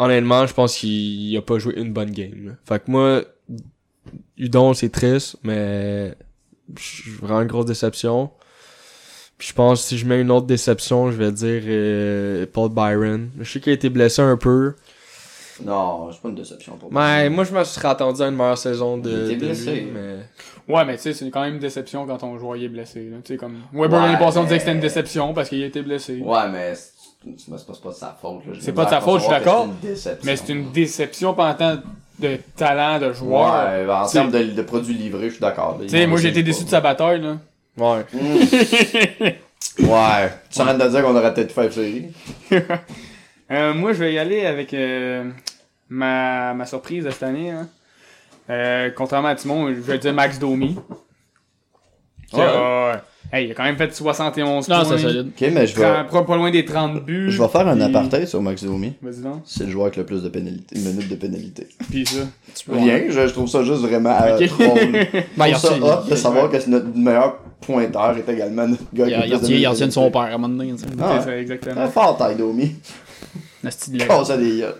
honnêtement, je pense qu'il a pas joué une bonne game. là. Fait que moi, Hudon, c'est triste, mais. je- Vraiment une grosse déception. Puis je pense que si je mets une autre déception, je vais dire euh, Paul Byron. Je sais qu'il a été blessé un peu. Non, c'est pas une déception pour Mais moi, je me serais attendu à une meilleure saison de. Il était de blessé. lui, mais... Ouais, mais tu sais, c'est quand même une déception quand ton joueur il est blessé. Là. Tu sais, comme Weber Ouais, l'année passée, on disait que c'était une mais- déception parce qu'il a été blessé. Ouais, mais c'est c'est- c'est pas, c'est pas de sa faute. là. Je C'est me pas de dis à sa faute, je suis concevoir d'accord, que une déception. Mais c'est une déception pendant tant de talent de Ouais, joueur. en Tu sais- termes de, de produits livrés, je suis d'accord. Tu sais, moi j'ai été déçu de sa bataille, là. Ouais. Ouais. Tu es en train de dire qu'on aurait peut-être fait une série. Euh, moi, je vais y aller avec euh, ma, ma surprise de cette année. hein. Euh, contrairement à Timon, je vais dire Max Domi. Ouais. Euh, hey, il a quand même fait 71 Non, points. c'est solide. Ok, mais je vais, Tra- Pas, pas loin des 30 buts. je vais faire un puis- aparté sur Max Domi. Vas-y donc. C'est le joueur avec le plus de pénalités, minutes de pénalité. Puis ça. Rien, je, je trouve ça juste vraiment euh, drôle. Ben, Bah, il Je a trouve ça reçu- hot de savoir que c'est notre meilleur pointeur est également notre gars il a- avec il a le plus de retiré- il a retiré minutes de son père à un moment donné. tu sais. Ah ouais. C'est ça, exactement. Un fort taille Domi. Un style de- Casse à des euh, gueules.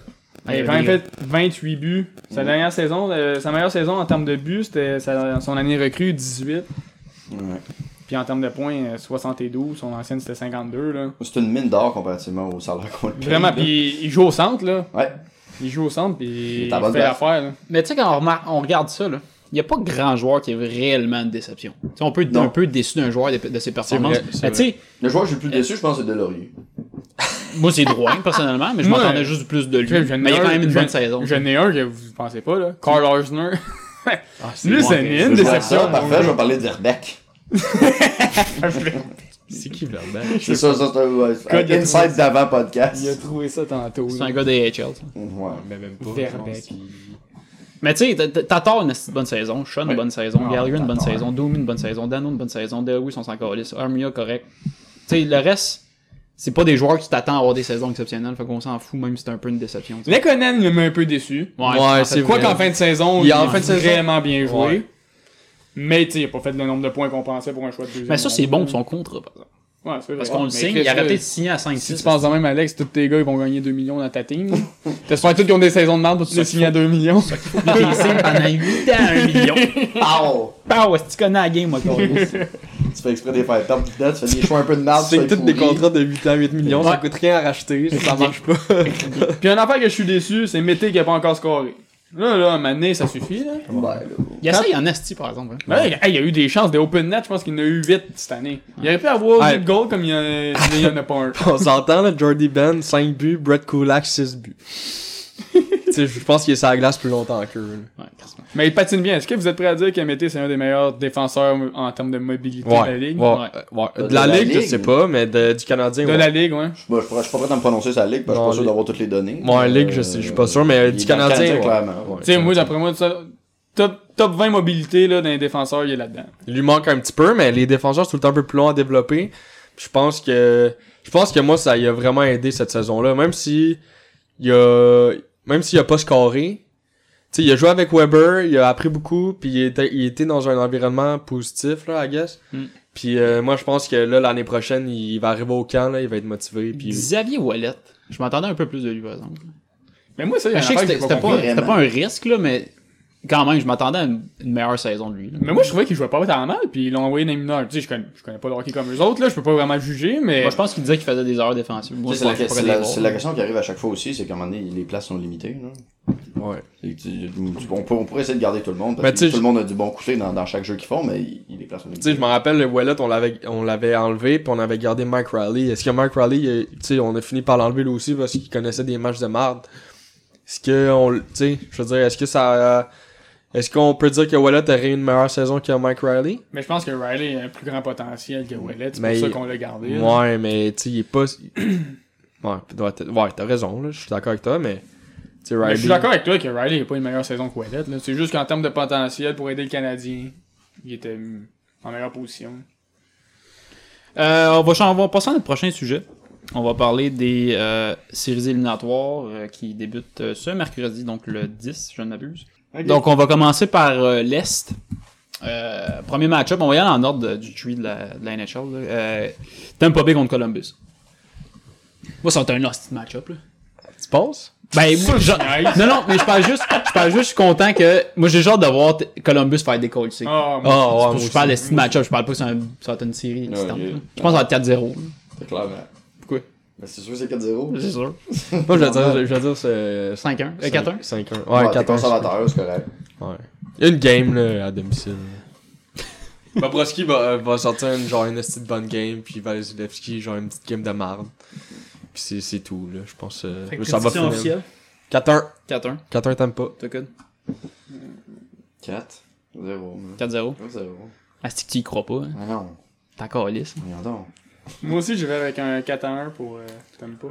Ah, Il a quand même fait 28 buts. Mm. Sa dernière saison, euh, sa meilleure saison en termes de buts, c'était sa- son année recrue, 18. Ouais. Puis en termes de points, euh, 72. Son ancienne, c'était 52. Là. C'est une mine d'or comparativement au salaire qu'on le paye. Vraiment, là. puis il joue au centre, là. Ouais. Il joue au centre, puis Il il est à bonne fait place. l'affaire, là. Mais tu sais, quand on, remar- on regarde ça, là, il n'y a pas grand joueur qui est réellement de déception. Tu sais, on peut être Non. un peu déçu d'un joueur de, de ses performances. vrai, c'est Mais tu sais, Le joueur que je suis le plus déçu, je pense, c'est Delorier. moi c'est droit hein, personnellement, mais je Ouais. m'attendais juste plus de lui. Je- je Mais il y a n'ai quand un- même une je- bonne saison. J'en ai un que vous pensez pas, là. Carl Arsner. Ah, c'est Lui, bon, c'est hein. une Je vais faire déception. ça, parfait, je vais parler d'Herbeck. C'est qui Verbeck? C'est ça, ça, c'est un ouais, c'est Code de un insight d'avant podcast. Il a trouvé ça tantôt. C'est là. un gars des HL. Ouais. Mais même pas. Verbeck. Mais tu sais, t- t- Tatar a une esti de bonne saison, Sean une bonne saison, Gallagher une bonne saison, Doom une bonne saison, Dano une bonne saison, Delawis on s'en calisse, Armia correct. Tu sais, le reste, c'est pas des joueurs qui t'attendent à avoir des saisons exceptionnelles, fait qu'on s'en fout même si c'est un peu une déception. tu sais. Lekonen m'a un peu déçu. Ouais, en fait, c'est Quoi vrai. qu'en fin de saison, Il il a a en fin de saison- vraiment bien joué. Ouais. Mais tu sais, il a pas fait le nombre de points qu'on pensait pour un choix de deuxième. Mais ça, c'est bon ronde. pour son contrat, par exemple. Ouais, c'est vrai. Parce qu'on le Mais signe, Chris, il aurait là, peut-être signé à Si tu 5-6. penses en même, Alex, tous tes gars, ils vont gagner 2 millions dans ta team. T'as souvent tous qui ont des saisons de merde, pour tu les signes à 2 millions. Puis il signe pendant 8 ans à 1 million. Pow! Pow, est-ce que tu connais la game, moi, câlisse? Tu fais exprès des faire top dedans, tu fais des choix un peu de merde. C'est tous des contrats de 8 ans, 8 millions, ça Ouais. coûte rien à racheter, ça marche pas. Puis une affaire que je suis déçu, c'est Mété qui a pas encore scoré. Là, là, à donné, ça suffit, là. Il essaye en esti, par exemple. hein. Ben là, il a- hey, il y a eu des chances, des open net, je pense qu'il en a eu 8 cette année. Il aurait pu avoir Ouais. 8 goals comme il y, en a- il y en a pas un. On s'entend, là, Jordy Ben, 5 buts, Brett Kulak, 6 buts. tu sais, je pense qu'il est sur la glace plus longtemps qu'eux. Ouais, crissement. Mais il patine bien. Est-ce que vous êtes prêt à dire que Mété, c'est un des meilleurs défenseurs en termes de mobilité là. de la ligue? ouais, ouais. De, la, ligue, je sais pas, mais de- du Canadien, De ouais. la ligue, ouais. Moi, je pourrais- je suis pas prêt à me prononcer sur la ligue, parce que je Non, suis pas sûr ligue. d'avoir toutes les données. Moi, Euh, ligue, je sais, je suis pas sûr, mais il du est dans le Canadien, ouais. clairement. ouais. Tu sais, moi, d'après moi, ça- top, top 20 mobilité, là, dans les défenseurs, il est là-dedans. Il lui manque un petit peu, mais les défenseurs sont tout le temps un peu plus longs à développer. Puis je pense que je pense que moi ça y a vraiment aidé cette saison-là, même si il a même s'il a pas scoré. Tu sais, il a joué avec Weber, il a appris beaucoup, puis il était il était dans un environnement positif là, I guess. Mm. Puis euh, moi je pense que là l'année prochaine, il va arriver au camp là, il va être motivé euh, puis Xavier Wallet. Je m'attendais un peu plus de lui, par exemple. Mais moi, ça, il y a Je une sais que affaire que c'était c'était j'ai pas pas, compris. c'était pas un risque, là, mais quand même, je m'attendais à une, une meilleure saison de lui. là. Mais moi, je trouvais qu'il jouait pas tant mal, puis ils l'ont envoyé dans les mineurs. Tu sais, je connais, je connais pas le hockey comme eux autres, là, je peux pas vraiment juger, mais. Moi, je pense qu'il disait qu'il faisait des erreurs défensives. Tu Moi, sais, C'est la, je pense c'est pas la- les voir. c'est la question qui arrive à chaque fois aussi, c'est qu'à un moment donné, les places sont limitées. là. ouais. Et que tu- tu- on, peut- on pourrait essayer de garder tout le monde, parce Mais Ben, tu que sais, tout je- le monde a du bon coucher dans, dans chaque jeu qu'ils font, mais il, il les places sont Tu sais, limitées. je me rappelle, le Wallet, on l'avait, on l'avait enlevé, puis on avait gardé Mike Riley. Est-ce que Mike Riley, il est- tu sais, on a fini par l'enlever lui aussi parce qu'il connaissait des matchs de marde. Est-ce que, on, l- tu sais, je veux dire, est-ce que ça, euh, est-ce qu'on peut dire que Wallet aurait eu une meilleure saison que Mike Riley? Mais je pense que Riley a un plus grand potentiel que Wallet, c'est Mais- pour ça qu'on l'a gardé. là. Ouais, mais tu sais, il est pas, ouais, ouais, t'as, ouais, t'as raison, là, je suis d'accord avec toi, mais, tu sais, Mais Riley. je suis d'accord avec toi que Riley n'a pas une meilleure saison que Wallet, là. C'est juste qu'en termes de potentiel pour aider le Canadien, il était hum, en meilleure position. Euh, on, va, chan- on va passer à notre prochain sujet. On va parler des euh, séries éliminatoires euh, qui débutent euh, ce mercredi, donc le 10, si je ne m'abuse. Donc, on va commencer par euh, l'Est. Euh, premier match-up, on va y aller en ordre de- du tree de la, de la NHL. là. Euh, Tampa Bay contre Columbus. Moi, ça va être un hostile match-up. là. Tu penses? Ben, moi, je- nice. Non, non, mais je parle juste, je parle juste, je suis content que. Moi, j'ai genre de voir t- Columbus faire des calls, tu sais. Ah, moi, Ah, ouais, moi je aussi. parle de ce match-up, je parle pas que ça va ça va être une série distante, yeah. là. Je pense que ça va être 4-0, là. C'est clairement. Pourquoi? Mais c'est sûr que c'est 4-0. c'est sûr. Moi, je vais dire, je vais dire, c'est 5-1, euh, 4-1. 5-1. Ouais, Ouais, t'es 4-1. conservateur, c'est correct. Ouais. Il y a une game là, à domicile. Bobrovski va, euh, va sortir une, genre une petite bonne game, puis Vasilevski genre une petite game de marde. Puis c'est, c'est tout, là. Je pense euh, ça va finir. 4-1. 4-1, 4-1 t'aimes pas. t'as good. 4 0 4-0. 4-0. Asti que tu y crois pas, hein. Ah non, T'es encore lisse. voyons donc. moi aussi, je vais avec un 4 à 1 pour euh, Tampa.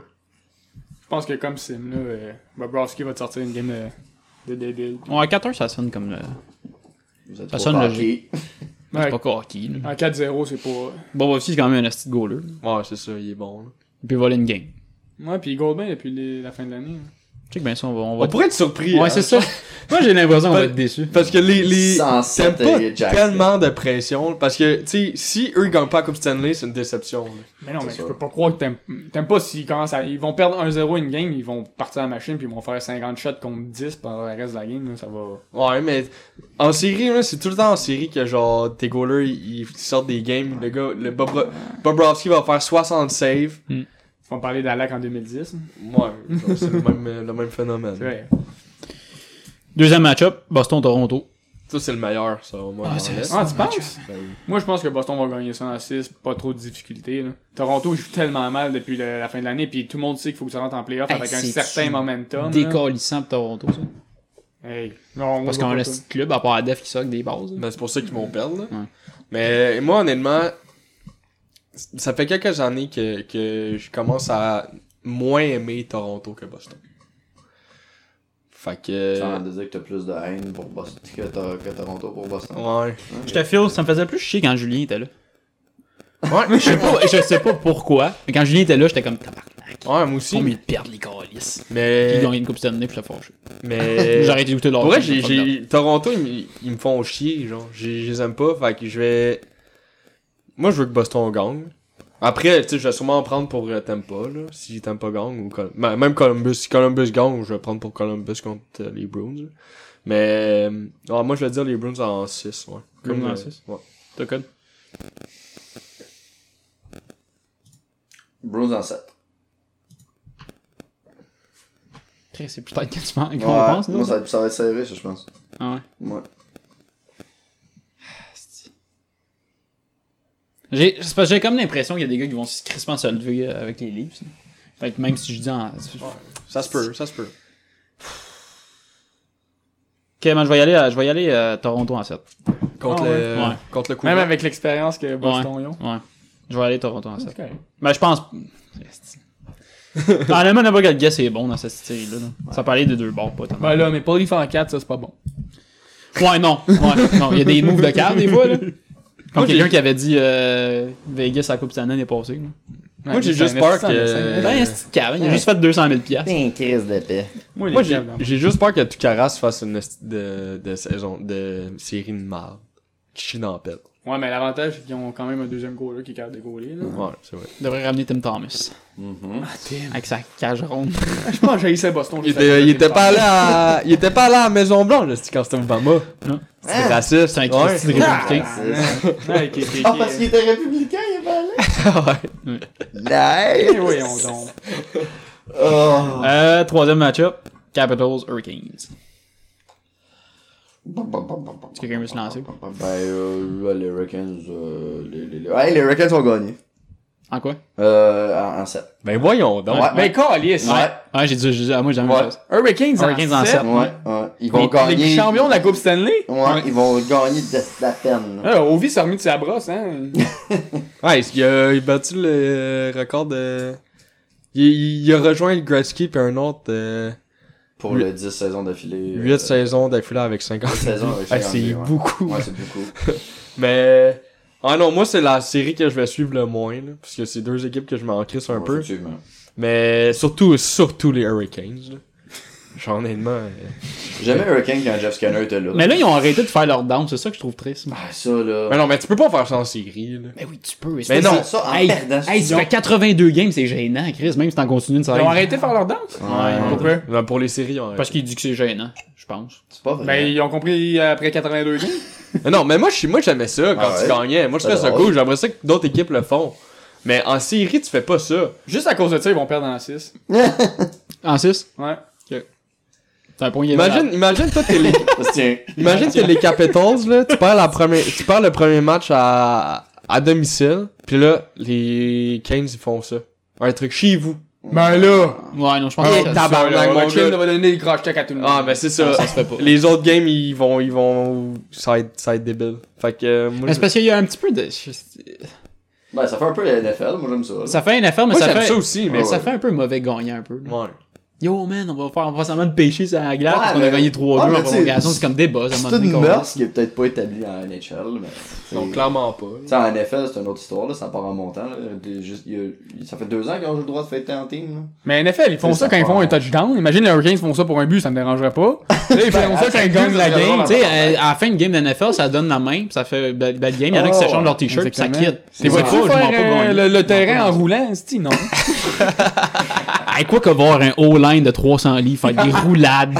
Je pense que comme Sim, là, euh, Bobrovski va te sortir une game de, de débile. Ouais, 4-1, ça sonne comme le. Vous êtes Ça trop sonne tanké. C'est Ouais, pas cocky, là. en 4-0, c'est pas. Bon, aussi, c'est quand même un asti de goaler. Ouais, c'est ça, il est bon. là. Il peut voler une game. Ouais, puis Goldman depuis les- la fin de l'année. hein. Check bien ça, on va. On va... On pourrait être surpris. hein. Ouais, c'est ça. Moi, j'ai l'impression qu'on va être déçus. Parce que les. les... 107 t'aimes pas et Jack. tellement de pression. Parce que, tu sais, si eux gagnent pas la Coupe Stanley, c'est une déception. là. Mais non, mais sûr. je peux pas croire que t'aimes- t'aimes pas s'ils commencent à. Ils vont perdre 1-0 une game, ils vont partir à la machine, puis ils vont faire 50 shots contre 10 pendant le reste de la game, là, ça va. Ouais, mais en série, là, c'est tout le temps en série que genre tes goalers ils, ils sortent des games. Le gars, le Bobro- Bobrovski va faire 60 saves. Ils vont parler d'Alak en 2010. hein. Hmm. Ouais, genre, c'est le même, euh, le même phénomène. C'est vrai. Deuxième match-up, Boston-Toronto. Ça, c'est le meilleur, ça, au moins. Ah, dans c'est- l'Est. Ah, tu penses? Ben oui. Moi, je pense que Boston va gagner ça en 6, pas trop de difficultés. là. Toronto joue tellement mal depuis le- la fin de l'année, puis tout le monde sait qu'il faut que ça rentre en playoff Hey, avec un c'est-tu certain momentum. euh, là. Décalissant pour Toronto, ça. Hey. Non, Parce qu'on a un asti de club, à part la def qui soque des bases. là. Ben, c'est pour ça qu'ils vont perdre. là. Ouais. Mais moi, honnêtement, ça fait quelques années que, que je commence à moins aimer Toronto que Boston. Fait que. Tu as de dire que t'as plus de haine pour Boston que, t'as- que Toronto pour Boston. Ouais. Je te file, ça me faisait plus chier quand Julien était là. Ouais, Je sais pas, je sais pas pourquoi, mais quand Julien était là, j'étais comme tabarnak. ouais, moi aussi. Combien de perdre les calices? Ils Mais. ont rien de coupe cette année, puis je suis fâché. Mais. euh, J'ai arrêté d'écouter leur Pour vrai, jeu, j'ai, ça me j'ai- Toronto, ils, me- ils me font chier, genre. J'ai- Je les aime pas, fait que je vais. Moi, je veux que Boston gagne. Après, tu sais, je vais sûrement en prendre pour euh, Tampa, là. Si Tampa gagne, ou Col- Ma- même Columbus. Si Columbus gagne, je vais prendre pour Columbus contre euh, les Bruins. là. Mais. euh, ah, moi, je vais dire les Bruins en 6, ouais. Bruins en euh, six? Ouais. T'as code? Bruins en 7. Chris, C'est peut-être quasiment qu'on Ouais, pense, moi, nous. ça, ça va être serré, ça, je pense. Ah ouais. Ouais. J'ai, c'est parce que j'ai comme l'impression qu'il y a des gars qui vont se crissement se lever euh, avec les livres. ça. Fait que même si je dis en. Ça se peut, ça se peut. Ok, moi je vais y aller, à, je vais y aller à Toronto en 7. Contre, Ah, le, ouais. Ouais. contre le coup. Même avec l'expérience que Boston ouais. ils ont. Ouais. Je vais aller à Toronto en 7. C'est correct. Ben, je pense. Ah, Honnêtement, n'importe quel gars, c'est bon dans cette série-là. là. Ça parlait des deux bords, pas tant. Ben là, mais Paul, il fait en 4, ça, c'est pas bon. Ouais, non. Ouais, non. Il y a des moves de carte, des fois, là. Comme j'ai- quelqu'un qui avait dit euh, Vegas, la Coupe Stanley est passée. là. Moi, j'ai juste peur que. Ben, c'est une cave, hein. il a juste fait 200 000 piastres. T'es crise de paix. Moi, Moi, les j'ai- Cavs, là. j'ai juste peur que Tucaras fasse une esti de, de saison, de série de marde. Chie dans la pelle. Ouais, mais l'avantage, c'est qu'ils ont quand même un deuxième goaler qui est capable de goaler. là. Ouais, c'est vrai. Il devrait ramener Tim Thomas. Avec sa cage ronde. Je pense que j'haïssais Boston. Il juste était, à- il était pas allé à, il était pas allé à la Maison Blanche, esti, quand c'était Obama. Non. C'était raciste. C'est un ouais. Christy de républicain. Ouais, qui- qui- Ah, qui- parce qu'il était républicain, il est pas allé. Eh, voyons donc. Euh, troisième match-up Capitals Hurricanes. Est-ce que quelqu'un veut se lancer Ben, euh, ouais, les Hurricanes, euh, les, les, les... Ouais, les Hurricanes ont gagné. En quoi Euh, en, en 7. Ben voyons donc. Ouais. Ben, Calis. Ouais. Ouais, j'ai dit, j'ai dit- ah, moi j'ai la même Ouais. chose. Hurricanes Hurricanes en en 7. sept. Ouais, Ouais. ouais. Ils vont Les gagner. champions de la Coupe Stanley. Ouais, ils vont gagner de la peine. là. Ah, Ovi s'est remis de sa brosse, hein. Ouais, est-ce qu'il a, il a battu le euh, record de, il, il, il a rejoint le Gretzky puis un autre, euh, Pour Huit- le 10 saisons d'affilée. 8 saisons d'affilée Euh, avec 50. saisons avec Ah, 50, c'est ouais. beaucoup. Ouais, c'est beaucoup. Mais, ah non, moi c'est la série que je vais suivre le moins, là, parce que c'est deux équipes que je m'en crisse un Ouais, peu. Effectivement. Mais surtout, surtout les Hurricanes. Là. Genre, honnêtement. euh, Jamais Hurricane quand Jeff Skinner était là. Mais là, ils ont arrêté de faire leur down, c'est ça que je trouve triste. Ah, ça, là. Mais non, mais tu peux pas faire ça en série. Là. Mais oui, tu peux. Mais non. Ça, ça, en Hey, perdant. hey, c'est- ça fait 82 games, c'est gênant, Chris, même si t'en continues, ça Ils va ont être- arrêté de faire leur danse. Ouais. Pourquoi? Non, pour les séries, on Parce qu'il dit que c'est gênant, je pense. C'est pas vrai. Ben, ils ont compris après 82 games. Mais non, mais moi, je suis- moi j'aimais ça quand Ah ouais? tu gagnais. Moi, je C'est trouvais ça drôle. cool. J'aimerais ça que d'autres équipes le font. Mais en série, tu fais pas ça. Juste à cause de ça, ils vont perdre dans la 6. En 6 Ouais. C'est un point qui est valable. Imagine, imagine toi, t'es les... Tiens. imagine que les Capitals, là, tu perds, la première... tu perds le premier match à... à domicile. Puis là, les Canes, ils font ça. Un truc chez vous. Ben là! Ouais, non, je pense Eh, que ça- tabarnak. Tabarnak, mon mon gars. chien va donner des croches à tout le monde. Ah, mais c'est ça. Non, ça se fait pas. Les autres games, ils vont, ils vont, ça va être, ça va être débile. Fait que, euh, moi, Mais c'est je- parce qu'il y a un petit peu de. Ça Ben, ça fait un peu la NFL, moi j'aime ça. fait une affaire, mais moi, ça j'aime fait. ça aussi, mais Mais Ouais, ça ouais. fait un peu mauvais gagnant un peu. là. ouais. Yo man, on va faire on va s'en mettre pêcher sur la glace Ouais, parce qu'on a mais- gagné 3-2 Ouais, mais en t'sais, prolongation, c'est comme des buzz à un moment C'est donné. une qu'on- mœurs qui est peut-être pas établie en NHL, mais. Donc, c'est- clairement pas. Tu sais, en NFL, c'est une autre histoire, là, ça part en montant. Là. Des- juste- il y a- ça fait deux ans qu'ils ont le droit de fêter en team. Là. Mais NFL, ils font C'est ça quand ça, ils font ouais. un touchdown. Imagine les Hurricanes font ça pour un but, ça me dérangerait pas. Là, ils font ça quand ils gagnent la game. Tu sais, à, à la fin de game de NFL, ça donne la main, puis ça fait belle, belle game. Il y en a qui Oh, s'échangent leur t-shirt, puis ça Exactement. quitte. T'es vois-tu cool, je m'en vais faire euh, gagner. le, le terrain en roulant, c'est non? Hey, quoi que voir un haut line de 300 lits faire des roulades.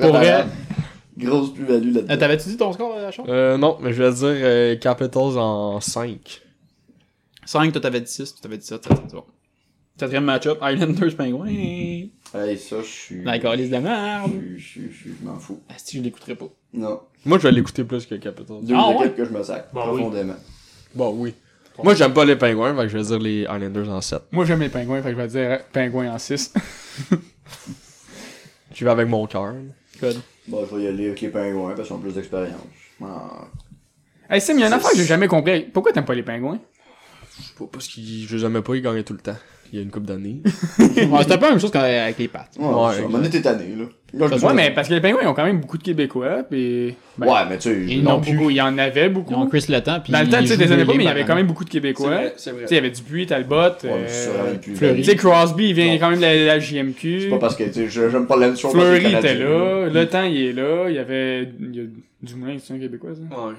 Pour vrai. Grosse plus-value Euh, là-dedans. T'avais-tu dit ton score, euh, Charles Euh, non, mais je vais dire euh, Capitals en 5. 5, toi t'avais dit 6, toi t'avais dit 7, c'est bon. Quatrième match-up, Islanders Penguins. Mm. Hey, ça, je suis. La calice de la merde. Je, je, je, je m'en fous. Ah, si je l'écouterai pas. Non. Moi, je vais l'écouter plus que Capitals. Deux Ah, équipes ouais? que je me sac, Bah oui. profondément. Bon, oui. Moi, j'aime pas les pingouins, fait que je vais dire les Islanders en 7. Moi, j'aime les pingouins, fait que je vais dire pingouins en 6. Tu vas avec mon cœur. Code. Bon, Bah, je vais y aller avec les pingouins parce qu'ils ont plus d'expérience. Ah, Hey Sim, il y a une affaire que j'ai jamais compris. Pourquoi t'aimes pas les pingouins? Je sais pas, parce qu'ils, je les aimais pas, ils gagnaient tout le temps. il y a une couple d'années. Ouais, C'était pas la même chose qu'avec les pattes. Ouais, ouais, on était tanné, là. Là, je- Ouais, mais parce que les pingouins, ils ont quand même beaucoup de Québécois, puis. ben, Ouais, mais tu sais, Ils non, en ont beaucoup, il y en avait beaucoup. Ils ont Chris le temps. puis Dans le temps, ils tu sais, jouent des deux années pas, games mais il y par avait an. quand même beaucoup de Québécois. Tu c'est vrai. sais, il y avait Dupuis, Talbot. Ouais, mais ça euh, ramène plus. Tu sais, Crosby, il vient quand même de la, de la JMQ. C'est pas parce que tu sais, je- j'aime pas la mission. Fleury était là, Le Temps il est là, il y avait il y a Dumoulin, c'est un Québécois ça? Ouais.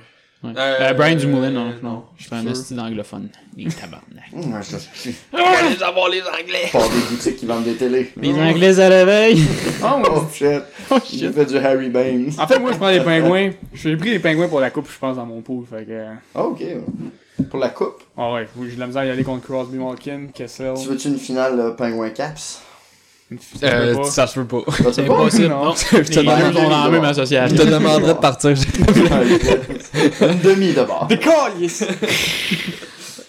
Ouais. Euh, Euh, Brian Dumoulin, non, euh, non. Je suis un esti d'anglophone. Les tabarnak. Hum, On va les avoir les Anglais! Par des boutiques qui vendent des télés. Les Anglais à l'éveil. Oh shit. J'ai fait du Harry Baines. En fait, moi je prends les pingouins. J'ai pris les pingouins pour la coupe, je pense, dans mon pool. Fait que. euh, Ah, ok. Pour la coupe. Ah ouais, j'ai de la misère à y aller contre Crosby Malkin, Kessel. Tu veux-tu une finale euh, Penguin Caps? Une fille, ça se Euh, peut pas. ça se peut pas. Ça, C'est c'est pas- impossible. non. Non, Je te les demande- deux sont dans la même je te association. demanderais de partir. Une demi d'abord.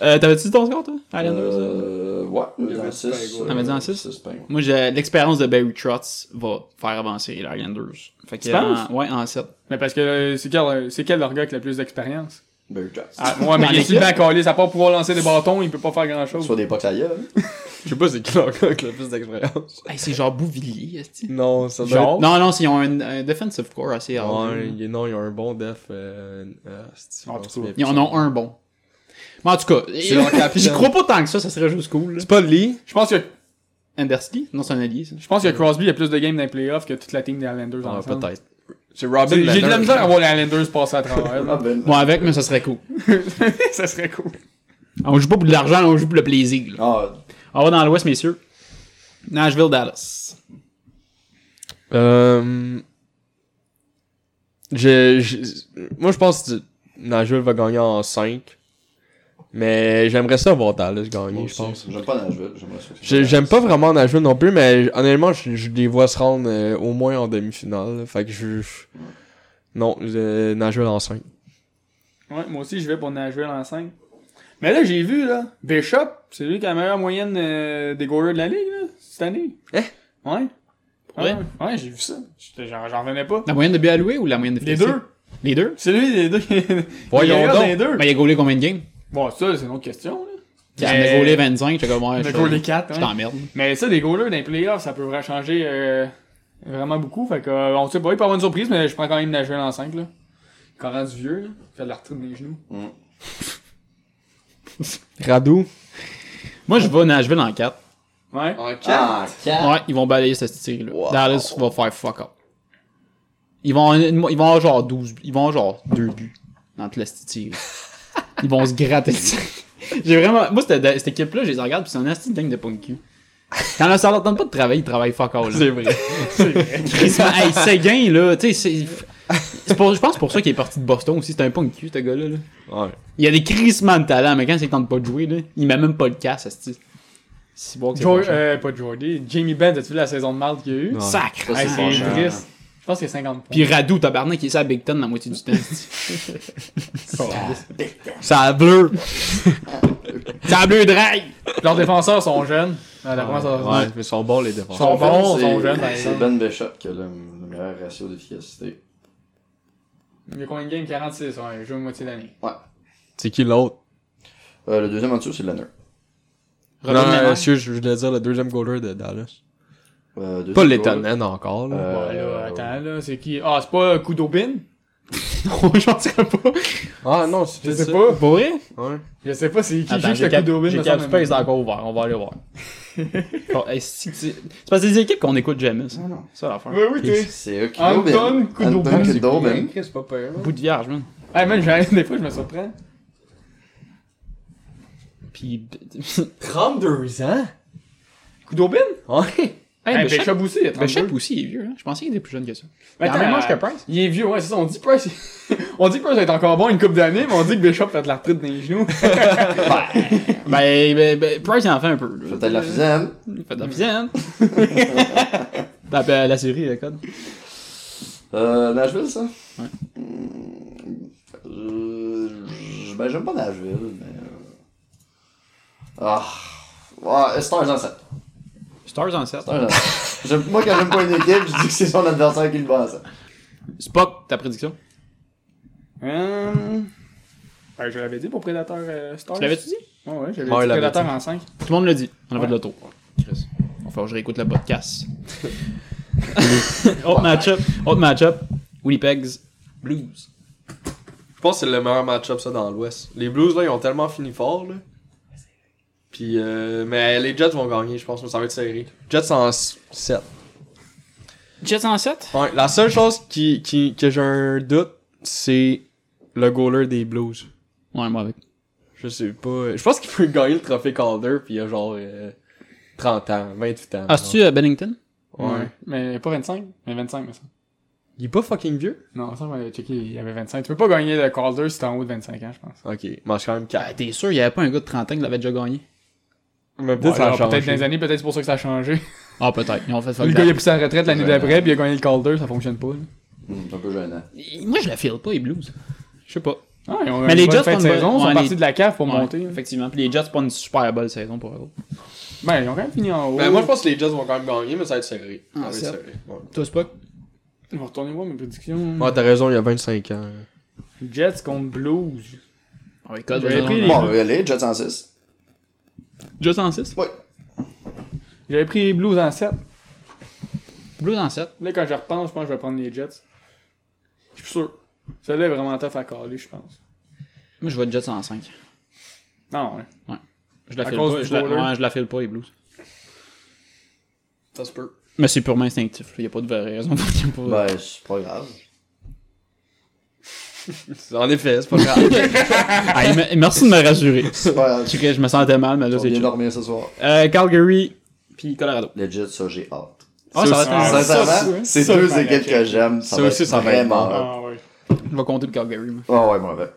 Euh, T'avais-tu ton score, toi? Islanders? euh? Euh, ouais, euh, dans avait du 6. Penguin. Ah, mais dans six? Moi, j'ai- l'expérience de Barry Trotz va faire avancer les Islanders. Fait que, Tu penses? en- ouais, en 7. Mais parce que euh, c'est quel, euh, c'est quel leur gars qui a le plus d'expérience? Barry Trotz. Ah, ouais, mais il est l'équipe? super à coller, à part pouvoir lancer des bâtons, il peut pas faire grand chose. Soit des box à gueule. Je sais pas c'est qui leur gars avec le plus d'expérience. Hey, c'est genre Bouvillier, est Non, ça doit Genre? Non, non, ils ont un, un defensive core assez être- hard. Ouais, il- non, il y a un bon def. Euh, euh, c'est- En on tout se met- Ils en ont un bon. Mais en tout cas, leur capitaine. je crois pas tant que ça, ça serait juste cool. là. C'est pas Lee. Je pense que Andersley? Non, c'est un allié, ça. je pense que Crosby a plus de games dans les playoffs que toute la team des Islanders Ah, ensemble. peut-être. C'est C'est- Robin J'ai de la Leonard. misère à voir les Islanders passer à travers. là. ben. Bon, avec, mais ça serait cool. ça serait cool. On joue pas pour de l'argent, on joue pour le plaisir. là. Ah, On va dans l'Ouest, messieurs. Nashville, Dallas. Euh, j'ai- j'ai- moi, je pense que Nashville va gagner en 5. Mais j'aimerais ça voir Dallas moi gagner, je aussi. pense. J'aime pas Nashville, j'aimerais ça. J'ai- J'aime pas vraiment Nashville non plus, mais j- honnêtement, je, je les vois se rendre euh, au moins en demi-finale. Fait que je... je- Non, euh, Nashville en 5. Ouais, moi aussi, je vais pour Nashville en 5. Mais là, j'ai vu, là, Bishop, c'est lui qui a la meilleure moyenne euh, des goalers de la ligue, là, cette année. Hein? Ouais. Ouais? Ouais, ouais, j'ai vu ça. J'étais- J'en j'en revenais pas. La moyenne de but alloué ou la moyenne de Les finalité? deux. Les deux? C'est lui, les deux. Voyons Il regarde donc. Les deux. Ben, il a gaulé combien de games? Bon, ça, c'est une autre question, là. Il en Mais- a gaulé 25, j'étais comme, ouais, Il en a je- gaulé quatre, Je ouais. t'emmerde. Mais ça, des goalers dans les playoffs, ça peut vraiment changer euh, vraiment beaucoup. Fait que, euh, on sait pas, il peut avoir une surprise, mais je prends quand même Nashville en 5, là. Quand on rend du vieux, là, fait de la retraite dans les genoux. Radou. Moi, je vais Nashville en 4. Ouais. En 4. Ah, quatre. Ouais, ils vont balayer cette série-là. Dallas va faire fuck up. Ils vont, ils vont avoir genre 12 buts. Ils vont avoir genre 2 buts dans toute la petite série. Ils vont se gratter. J'ai vraiment. Moi, cette, cette équipe-là, je les regarde, pis c'est un asti de dingue de punk Quand ça leur tente pas de travailler, ils travaillent fuck all. C'est vrai. C'est vrai. hey, Seguin, là, tu sais, c'est. c'est pour- Je pense pour ça qu'il est parti de Boston aussi. C'est un punk hein, ce gars-là. là. Ouais. Il a des crissements de talent, mais quand il tente pas de jouer, là, il met même pas de casse, asti. C'est bon que c'est Jo- pas cher. euh, pas Jordy, Jamie Benn, as-tu vu la saison de marde qu'il y a eu? Non. Sacre! pas Hey, c'est cher. triste. Je pense que c'est 50 points. Puis Radou, tabarnak, il est ça à Big Ten la moitié du temps. Ça bleu. ça bleu drague! Leurs défenseurs sont jeunes. Euh, la première saison. Ouais, mais ils sont bons les Ils défenseurs. sont bons, ils C'est- sont jeunes. par C'est exemple. Ben Bishop qui a le le meilleur ratio d'efficacité. Il y a combien de games? 46, ouais, il joue la moitié d'année. Ouais. C'est qui l'autre? Euh, le deuxième en dessous, c'est Leonard. Non, Robin Lehmann. monsieur, je voulais dire le deuxième goaler de Dallas. Euh, deuxième Pas goal. l'étonnant encore, là. Euh, Ouais, là, attends, là, c'est qui? Ah, c'est pas Kudobin? Non, j'en dirais pas. Ah non, c'est Je sais pas. Pour vrai? Ouais. Je sais pas c'est qui Attends, juste j'ai le cap, Kudobin. j'ai me cap semble. space encore ouvert, on va aller voir. Bon, hey, si tu- c'est parce que c'est des équipes qu'on écoute jamais, ça. non. Ça, l'affaire. Ouais, oui, t'es. C'est eux qui Anton l'ont, Ben. Kudobin. Anton Kudobin. bien, c'est pas peur. Bout de vierge, man. Ah, man, j'arrive des fois, je me surprends. Puis. 32 ans? Kudobin? Ouais. Hey, Hey, Bishop, Bishop aussi, il a 32. Bishop aussi il est vieux, hein. Je pensais qu'il était plus jeune que ça. Mais Il a attends, le même âge que euh, Price. Il est vieux, ouais, c'est ça. On dit Price, on dit Price va être encore bon une coupe d'années, mais on dit que Bishop fait de l'arthrite dans les genoux. Ben, ben, ben, Price, il en fait un peu. là. Peut-être la deuxième. Il fait de la piscine. Ben, ben, la série, le code. Euh, Nashville, ça? Hmm, euh, je- ben, j'aime pas Nashville, mais. euh, Ah. Ouais, Stars en 7. Stars en 7. Stars en sept. J'aime- Moi, quand j'aime pas une équipe, je dis que c'est son adversaire qui le bat en sept. Spock, ta prédiction? Hum. Ben, je l'avais dit pour Predator euh, Stars. Tu l'avais-tu dit? Ouais, ouais, j'avais Ouais, dit il avait prédateur dit. en 5. Tout le monde le dit. On a Ouais. fait de l'auto. Chris. Enfin, je réécoute le podcast. autre match-up. Autre match-up. Winnipeg's Blues. Je pense que c'est le meilleur match-up ça dans l'Ouest. Les Blues là, ils ont tellement fini fort là. Puis euh, mais les Jets vont gagner, je pense, mais ça va être serré. Jets en 7. Jets en 7? Ouais, la seule chose qui, qui que j'ai un doute, c'est le goaler des Blues. Ouais, moi avec. Je sais pas. Je pense qu'il peut gagner le trophée Calder puis il a genre euh, 30 ans, 28 ans. Ah, c'est-tu euh, Bennington? Ouais. Mais pas 25, mais 25, mais ça. Il est pas fucking vieux. Non, ça, on avait checké, il y avait 25. Tu peux pas gagner le Calder si t'es en haut de 25 ans, je pense. Ok, il mange quand même 4. Ah, T'es sûr, il n'y avait pas un gars de 30 ans qui l'avait déjà gagné? Mais peut-être Bon, ça a alors, changé. peut-être dans les années, peut-être c'est pour ça que ça a changé. Ah, peut-être. Ils ont fait fuck le that. gars, il a pris sa retraite l'année d'après, puis il a gagné le Calder, ça fonctionne pas. là. Hum, c'est un peu gênant. Moi, je la file pas, les Blues. Je sais pas. hein. Ah, ils ont Mais une les bonne Jets fin de font une bonne- saison, ils ouais, sont partis les- de la cave pour Ouais, monter. là. effectivement. Puis les Jets, c'est pas une super bonne saison pour eux. Ben, ils ont quand même fini en haut. Ben, moi je pense que les Jets vont quand même gagner, mais ça va être serré. Ça va être sept. serré. Ouais. Toi, c'est pas. Ils vont retourner voir mes prédictions. Ouais, t'as raison, il y a 25 ans. Jets contre Blues. Ouais, écoute, J'avais pris vas-y, les- on- Bon, allez, Jets en 6. Jets en 6? J'avais pris les Blues en 7. Blues en 7. Là, quand je repense, je pense que je vais prendre les Jets. Je suis sûr. Celle-là est vraiment tough à caler, je pense. Moi, je vois Jets en 5. Non, ouais. Je la À file cause pas. du Je la... goaler. ouais, je la file pas, les Blues. Ça se peut. Mais c'est purement instinctif. Bah. Il n'y a pas de vraie raison pour qu'il y ait pas- Ben, c'est pas grave. En effet, c'est pas grave. Ah, il me- Merci de me rassurer. C'est pas grave. Je sais que je me sentais mal, mais là, On c'est vient chill. dormir ce soir. Euh, Calgary, puis Colorado. Les Jets, ça, j'ai hâte. Ah, ça va être Ah, un- ça, Sincèrement, ça, c'est ça, deux ça, équipes ça, que j'aime. Ça, aussi, ça va être vraiment. hot. Ah, ouais. Je vais compter le Calgary. moi. Ah ouais, moi, avec.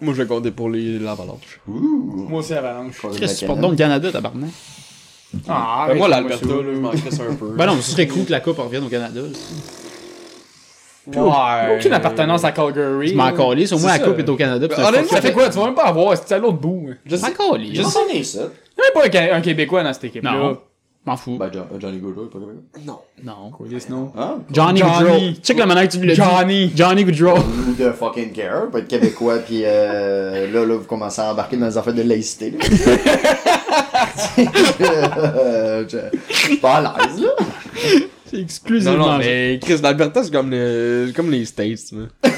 Moi, je vais compter pour les l'avalanche. Moi aussi, Avalanche. Chris, tu supportes donc le Canada, tabarnak. Ah, Ben, moi, arrête, l'Alberta, c'est- là, je m'en crisse un peu. Ben non, mais ce serait cool que la Coupe revienne au Canada. là. Ouais. Aucune appartenance à Calgary. Ah, Je m'en calisse, au moins C'est la Coupe ça. est au Canada. puis Ben, ça honnêtement, fuck Ça la- fait quoi Tu vas même pas avoir, c'est à l'autre bout. hein. Je m'en calisse. Je sais né ça. Il y a même pas un, Ca- un Québécois dans cette équipe-là. Non. M'en fous. Ben, John- Johnny Goodrow, il est pas comme ça. Non. Yes, non. Hein? Johnny, Johnny. Goodrow. Check la manière que tu le dis. Johnny. Johnny Goodrow. Ou de fucking care, peut être québécois, puis euh, là, là, vous commencez à embarquer dans les affaires de laïcité. là. Euh, je je suis pas à l'aise, là. C'est Non, exclusivement. non, mais Chris, l'Alberta, c'est comme, le... comme les States. Là.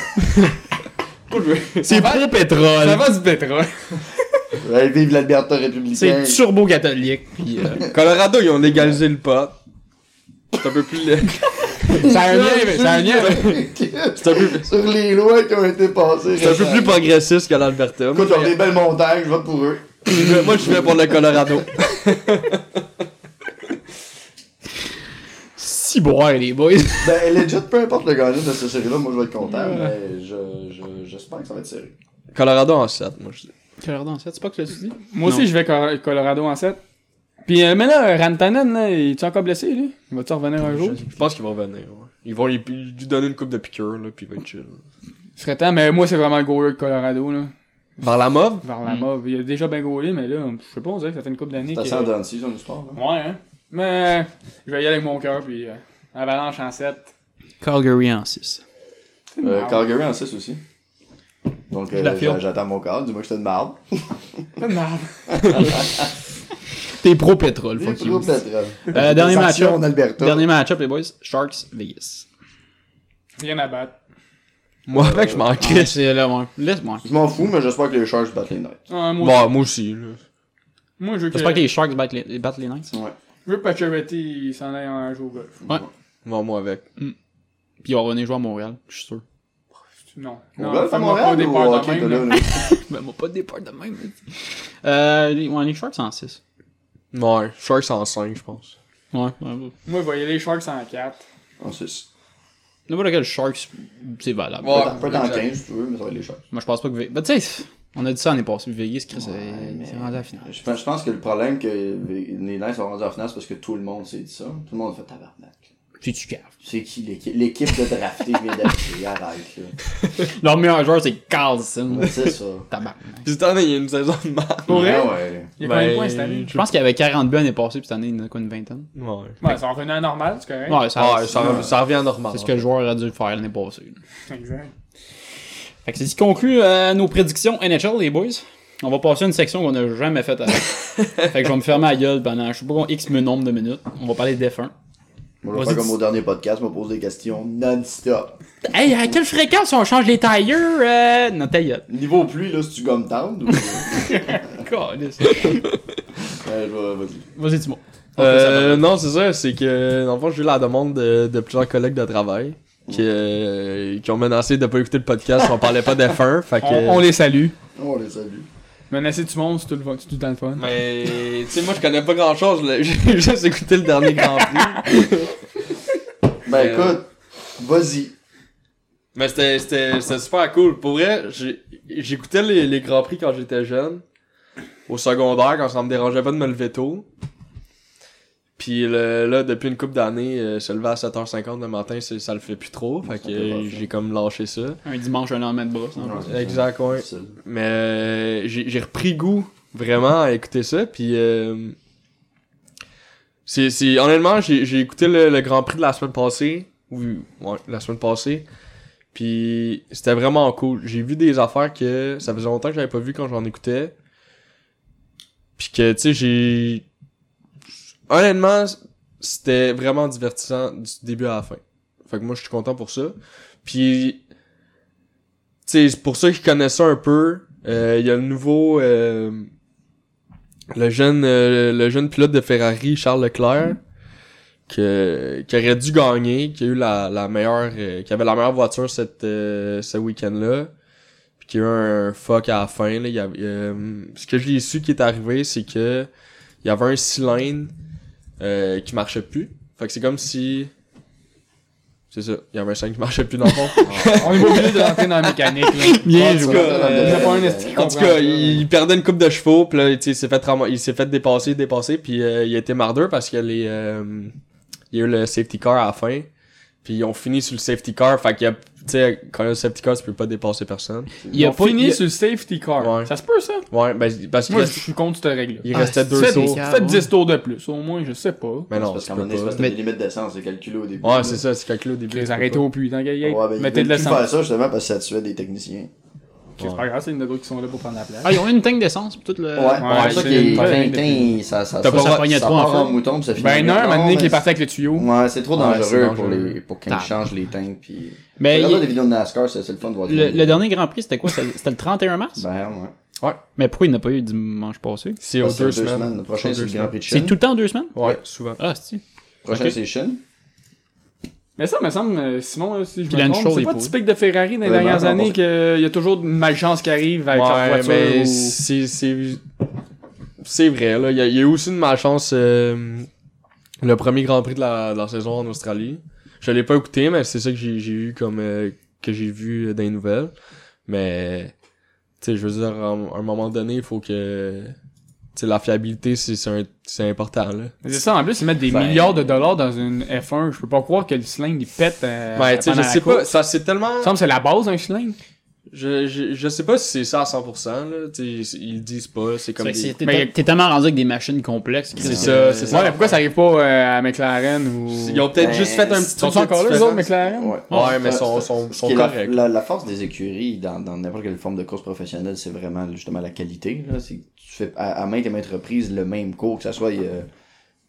C'est pro pétrole. Ça va du pétrole. Ouais, vive l'Alberta républicain. C'est turbo catholique. Puis euh, Colorado, ils ont légalisé le pot. C'est un peu plus. le- Ça a un lien, mais ça a un lien. avec- C'est un peu Sur les lois qui ont été passées. C'est un peu plus progressiste que l'Alberta. Moi, Écoute, ils ont des belles montagnes, je vote pour eux. je vais- moi, je vais pour le Colorado. si boire les boys. Ben, legit, peu importe le gagnant de cette série-là, moi, je vais être content, mais je- je- j'espère que ça va être serré. Colorado en 7, moi, je dis. Colorado en 7, c'est pas que je le dis. Moi aussi, je vais Cor- Colorado en 7. Puis, euh, mais là, Rantanen, là, il est encore blessé, lui Il va-tu revenir un jour Je pense qu'ils vont venir. Ouais. Ils vont lui, lui donner une coupe de piqûre, là, puis il va être chill. Il serait temps, mais moi, c'est vraiment le goaler de Colorado, là. Vers la mauve Vers la mauve. Il a déjà bien goalé, mais là, je sais pas, on dirait que ça fait une couple d'années. T'as qu'il- ça dans le son histoire, là. Ouais, hein. Mais, je vais y aller avec mon cœur, puis euh, Avalanche en 7. Calgary en 6. Euh, Ah Calgary en 6 aussi. Donc, euh, la file. j'attends mon corps, dis-moi que c'est une marde. T'es pro pétrole, fuck you. Euh, dernier match-up. En Alberta. Dernier match-up, les boys. Sharks, Vegas. Rien à battre. Moi, avec, je m'en crisse. Chris, Ah, c'est là, moi. Laisse-moi. Je m'en fous, mais j'espère que les Sharks battent les Knights. Ah, moi, Bon, moi aussi, là. moi, je veux que, J'espère que les Sharks battent les, battent les Knights. je veux que Pacioretty, il s'en aille un jour au golf. Bon, moi, avec. Puis ils vont revenir jouer à Montréal, je suis sûr. Non. Au Non, golf à fais-moi pas Montréal des ou parts au de hockey, même, là, là. là? Ben, moi, pas de départ de même. Euh, les, ouais, les Sharks en 6. Ouais, Sharks en 5, je pense. Ouais, ouais. Moi, je vais y aller Sharks en 4. En 6. N'importe quel Sharks, c'est valable. Ouais, Peut-être en 15, si tu veux, mais ça va être les Sharks. Moi, je pense pas que Vegas. Ben, tu sais, on a dit ça l'année passée. Vegas, Chris, euh, mais- c'est rendu à la finale. Je pense, je pense que le problème que les Knights sont rendus en finale, c'est parce que tout le monde s'est dit ça. Tout le monde a fait tabarnak. C'est du cave. C'est qui l'équipe L'équipe de drafté vient d'arriver, arrête, là. Leur meilleur joueur, c'est Carlson. Ouais, C'est ça. Tabac. Puis cette année, il y a une saison de mal. Pour Ouais, vrai? ouais. Ben, Il y a combien de points cette année? Je pense qu'il y avait 40 buts l'année passée, puis cette année, il y en a quoi, une vingtaine? Ouais. Ouais, ça en revenait à normal, c'est correct. Ouais, ça, Ben, Ouais, Ah, ça, ça revient à normal. Ah, Euh, c'est ce que le joueur a dû faire l'année passée. Exact. Fait que c'est ce qui conclut euh, nos prédictions NHL, les boys. On va passer à une section qu'on n'a jamais faite avant. fait que je vais me fermer la gueule pendant, je sais pas, combien, X nombre de minutes. On va parler d'F1. Moi, je vais Vas-y, faire comme dis- au dernier podcast, je me pose des questions non-stop. Hey, à quelle fréquence on change les tailleurs? Euh... Non, ta gueule. Niveau pluie, là, si tu gommes tendre ou. euh, Calisse. Ouais, je vais- vas-y. Vas-y, Timo. Euh, non, c'est ça, c'est que, dans le fond, j'ai eu la demande de, de plusieurs collègues de travail qui, euh, qui ont menacé de pas écouter le podcast si on parlait pas d'F1. Fait que, On, on les salue. On les salue. Menacer du monde, c'est tout, le fun- c'est tout le temps le fun. Mais, tu sais, moi, je connais pas grand chose, j'ai juste écouté le dernier Grand Prix. Ben Euh, écoute, vas-y. Mais c'était- c'était c'était super cool. Pour vrai, j'ai- j'écoutais les, les Grands Prix quand j'étais jeune. Au secondaire, quand ça me dérangeait pas de me lever tôt. Puis le- là, depuis une couple d'années, euh, se lever à 7h50 le matin, c'est- ça le fait plus trop. Fait que euh, j'ai comme lâché ça. Un dimanche, un lendemain de hein. bras. ça. Exact, ouais. Mais euh, j'ai j'ai repris goût vraiment à écouter ça. Puis euh, c'est c'est- honnêtement, j'ai j'ai écouté le, le Grand Prix de la semaine passée. Oui, ouais, la semaine passée. Puis c'était vraiment cool. J'ai vu des affaires que ça faisait longtemps que j'avais pas vu quand j'en écoutais. Puis que tu sais, j'ai honnêtement, c'était vraiment divertissant du début à la fin. Fait que moi, je suis content pour ça. Puis tu sais, c'est pour ceux qui connaissent ça un peu, euh, il y a le nouveau, euh, le jeune, euh, le jeune pilote de Ferrari, Charles Leclerc, que, qui aurait dû gagner, qui a eu la, la meilleure, euh, qui avait la meilleure voiture cette, euh, ce week-end-là, puis qui a eu un fuck à la fin. Là, il y avait, euh, ce que j'ai su qui est arrivé, c'est que il y avait un cylindre euh, qui marchait plus. Fait que c'est comme si c'est ça, il y avait un cylindre qui marchait plus dans le fond. On est pas obligé de rentrer dans la mécanique. Là. Bien joué. euh, Il y a euh, pas un esti qui En tout comprend cas, ça. il, il perdait une coupe de chevaux, puis là, tu sais, il s'est fait, ram- il s'est fait dépasser, dépasser, puis euh, il a été mardeur parce qu'il les, euh, il y a eu le safety car à la fin, puis ils ont fini sur le safety car, fait qu'il y a, tu sais, quand il y a le safety car, tu peux pas dépasser personne. Il Ils a ont pas fini il a- sur le safety car. Ouais. Ça se peut, ça? Ouais, ben, parce qu'il Moi, je reste- suis contre cette règle-là. il restait deux fais des sauts. Ah, Faites ouais. 10 tours de plus, au moins, je sais pas. Mais non, parce tu qu'à un peux moment donné, c'est parce pas. que t'as des limites d'essence, c'est calculé au début. Ouais, c'est ça, c'est calculé au début. tu Les peux arrêter pas. au puits, tant qu'à y Ouais, être. ben, Mettez de ils veulent plus faire l'essence. ça justement parce que ça tuait des techniciens. C'est pas grave, c'est une d'autres qui sont là pour prendre la place. Ah, ils ont eu une tank d'essence, pis tout le. Ouais, c'est c'est ça qui une est. problème. Tintin, Ça, ça, T'as ça, pas ça, le ça, droit de part trop, en en fait. mouton, puis ça finit. Ben, avec- non, un Non, moment donné, mais qui est parti avec le tuyau. Mm. Ouais, c'est trop Ouais, c'est dangereux pour, dangereux. les, pour Tac. qu'ils changent les tanks. Puis... Ben, Regarde il- des vidéos de NASCAR, c'est c'est le fun de voir. le, le dernier Grand Prix, c'était quoi C'était c'était le 31 mars Ben, ouais. Mais pourquoi il n'a pas eu dimanche passé C'est aux Ça, c'est deux deux semaines. semaines. Le prochain, Aux c'est deux le Grand Prix de C'est Chine. tout le temps deux semaines semaines. Ouais, souvent. Ah, c'est. Le prochain, Ok. c'est Chine. Mais ça, me semble, euh, Simon, là, si je Puis me Lance trompe, Shaw c'est est pas pour. typique de Ferrari dans les Ouais, dernières non, années non, qu'il y a toujours une malchance qui arrive avec leur Ouais, voiture. mais ou- c'est, c'est, c'est vrai, là. Il y, a- il y a eu aussi une malchance, euh, le premier Grand Prix de la, de la saison en Australie. Je l'ai pas écouté, mais c'est ça que j'ai, j'ai eu comme, euh, que j'ai vu dans les nouvelles. Mais, tu sais, je veux dire, à un, à un moment donné, il faut que, tu sais, la fiabilité, c'est, c'est, un- c'est important, là. Mais C'est ça, en plus, ils mettent des Ben- milliards de dollars dans une F1. Je peux pas croire que le cylindre, il pète. Ouais, euh, Ben, tu sais, pendant je la sais course. pas, ça, c'est tellement... Il me semble que c'est la base d'un cylindre. Je, je, je sais pas si c'est ça à 100%, là. Tu sais, ils le disent pas, c'est comme Fait que des... c'est- T'es Mais- t'es tellement rendu avec des machines complexes. que- C'est ça, c'est ça. Ouais, mais pourquoi ça arrive pas euh, à McLaren ou. Ils ont peut-être Ben, juste fait un petit Sont truc ils encore là, les différent. autres, McLaren Ouais, Ouais, mais Ça, sont, ça, sont, ce sont qui est la- corrects. La, la force des écuries dans dans n'importe quelle forme de course professionnelle, c'est vraiment justement la qualité. Là. C'est que Tu fais à, à maintes et maintes reprises le même cours, que ça soit euh,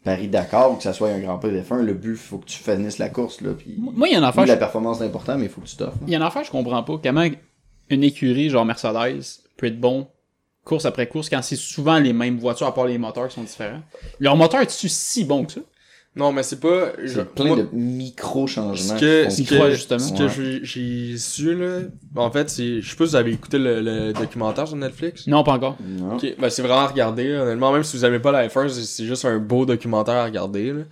Paris-Dakar ou que ça soit un Grand Prix de F1. Le but, faut que tu finisses la course. Là, puis, Moi, il y a une oui, affaire. la performance est importante, mais il faut que tu t'offres. Il y a une affaire, je comprends pas. Comment une écurie genre Mercedes peut être bon course après course quand c'est souvent les mêmes voitures à part les moteurs qui sont différents. Leur moteur est-tu si bon que ça? Non, mais c'est pas. je- C'est plein moi, de micro-changements. Ce que, ce qui font- croit, que, justement. ce que Ouais. j'ai- j'ai su, là. ben, En fait, c'est. Je sais pas si vous avez écouté le, le documentaire sur Netflix. Non, pas encore. Non. Ok, ben c'est vraiment à regarder, là. honnêtement. Même si vous aimez pas la F1, c'est- c'est juste un beau documentaire à regarder, là.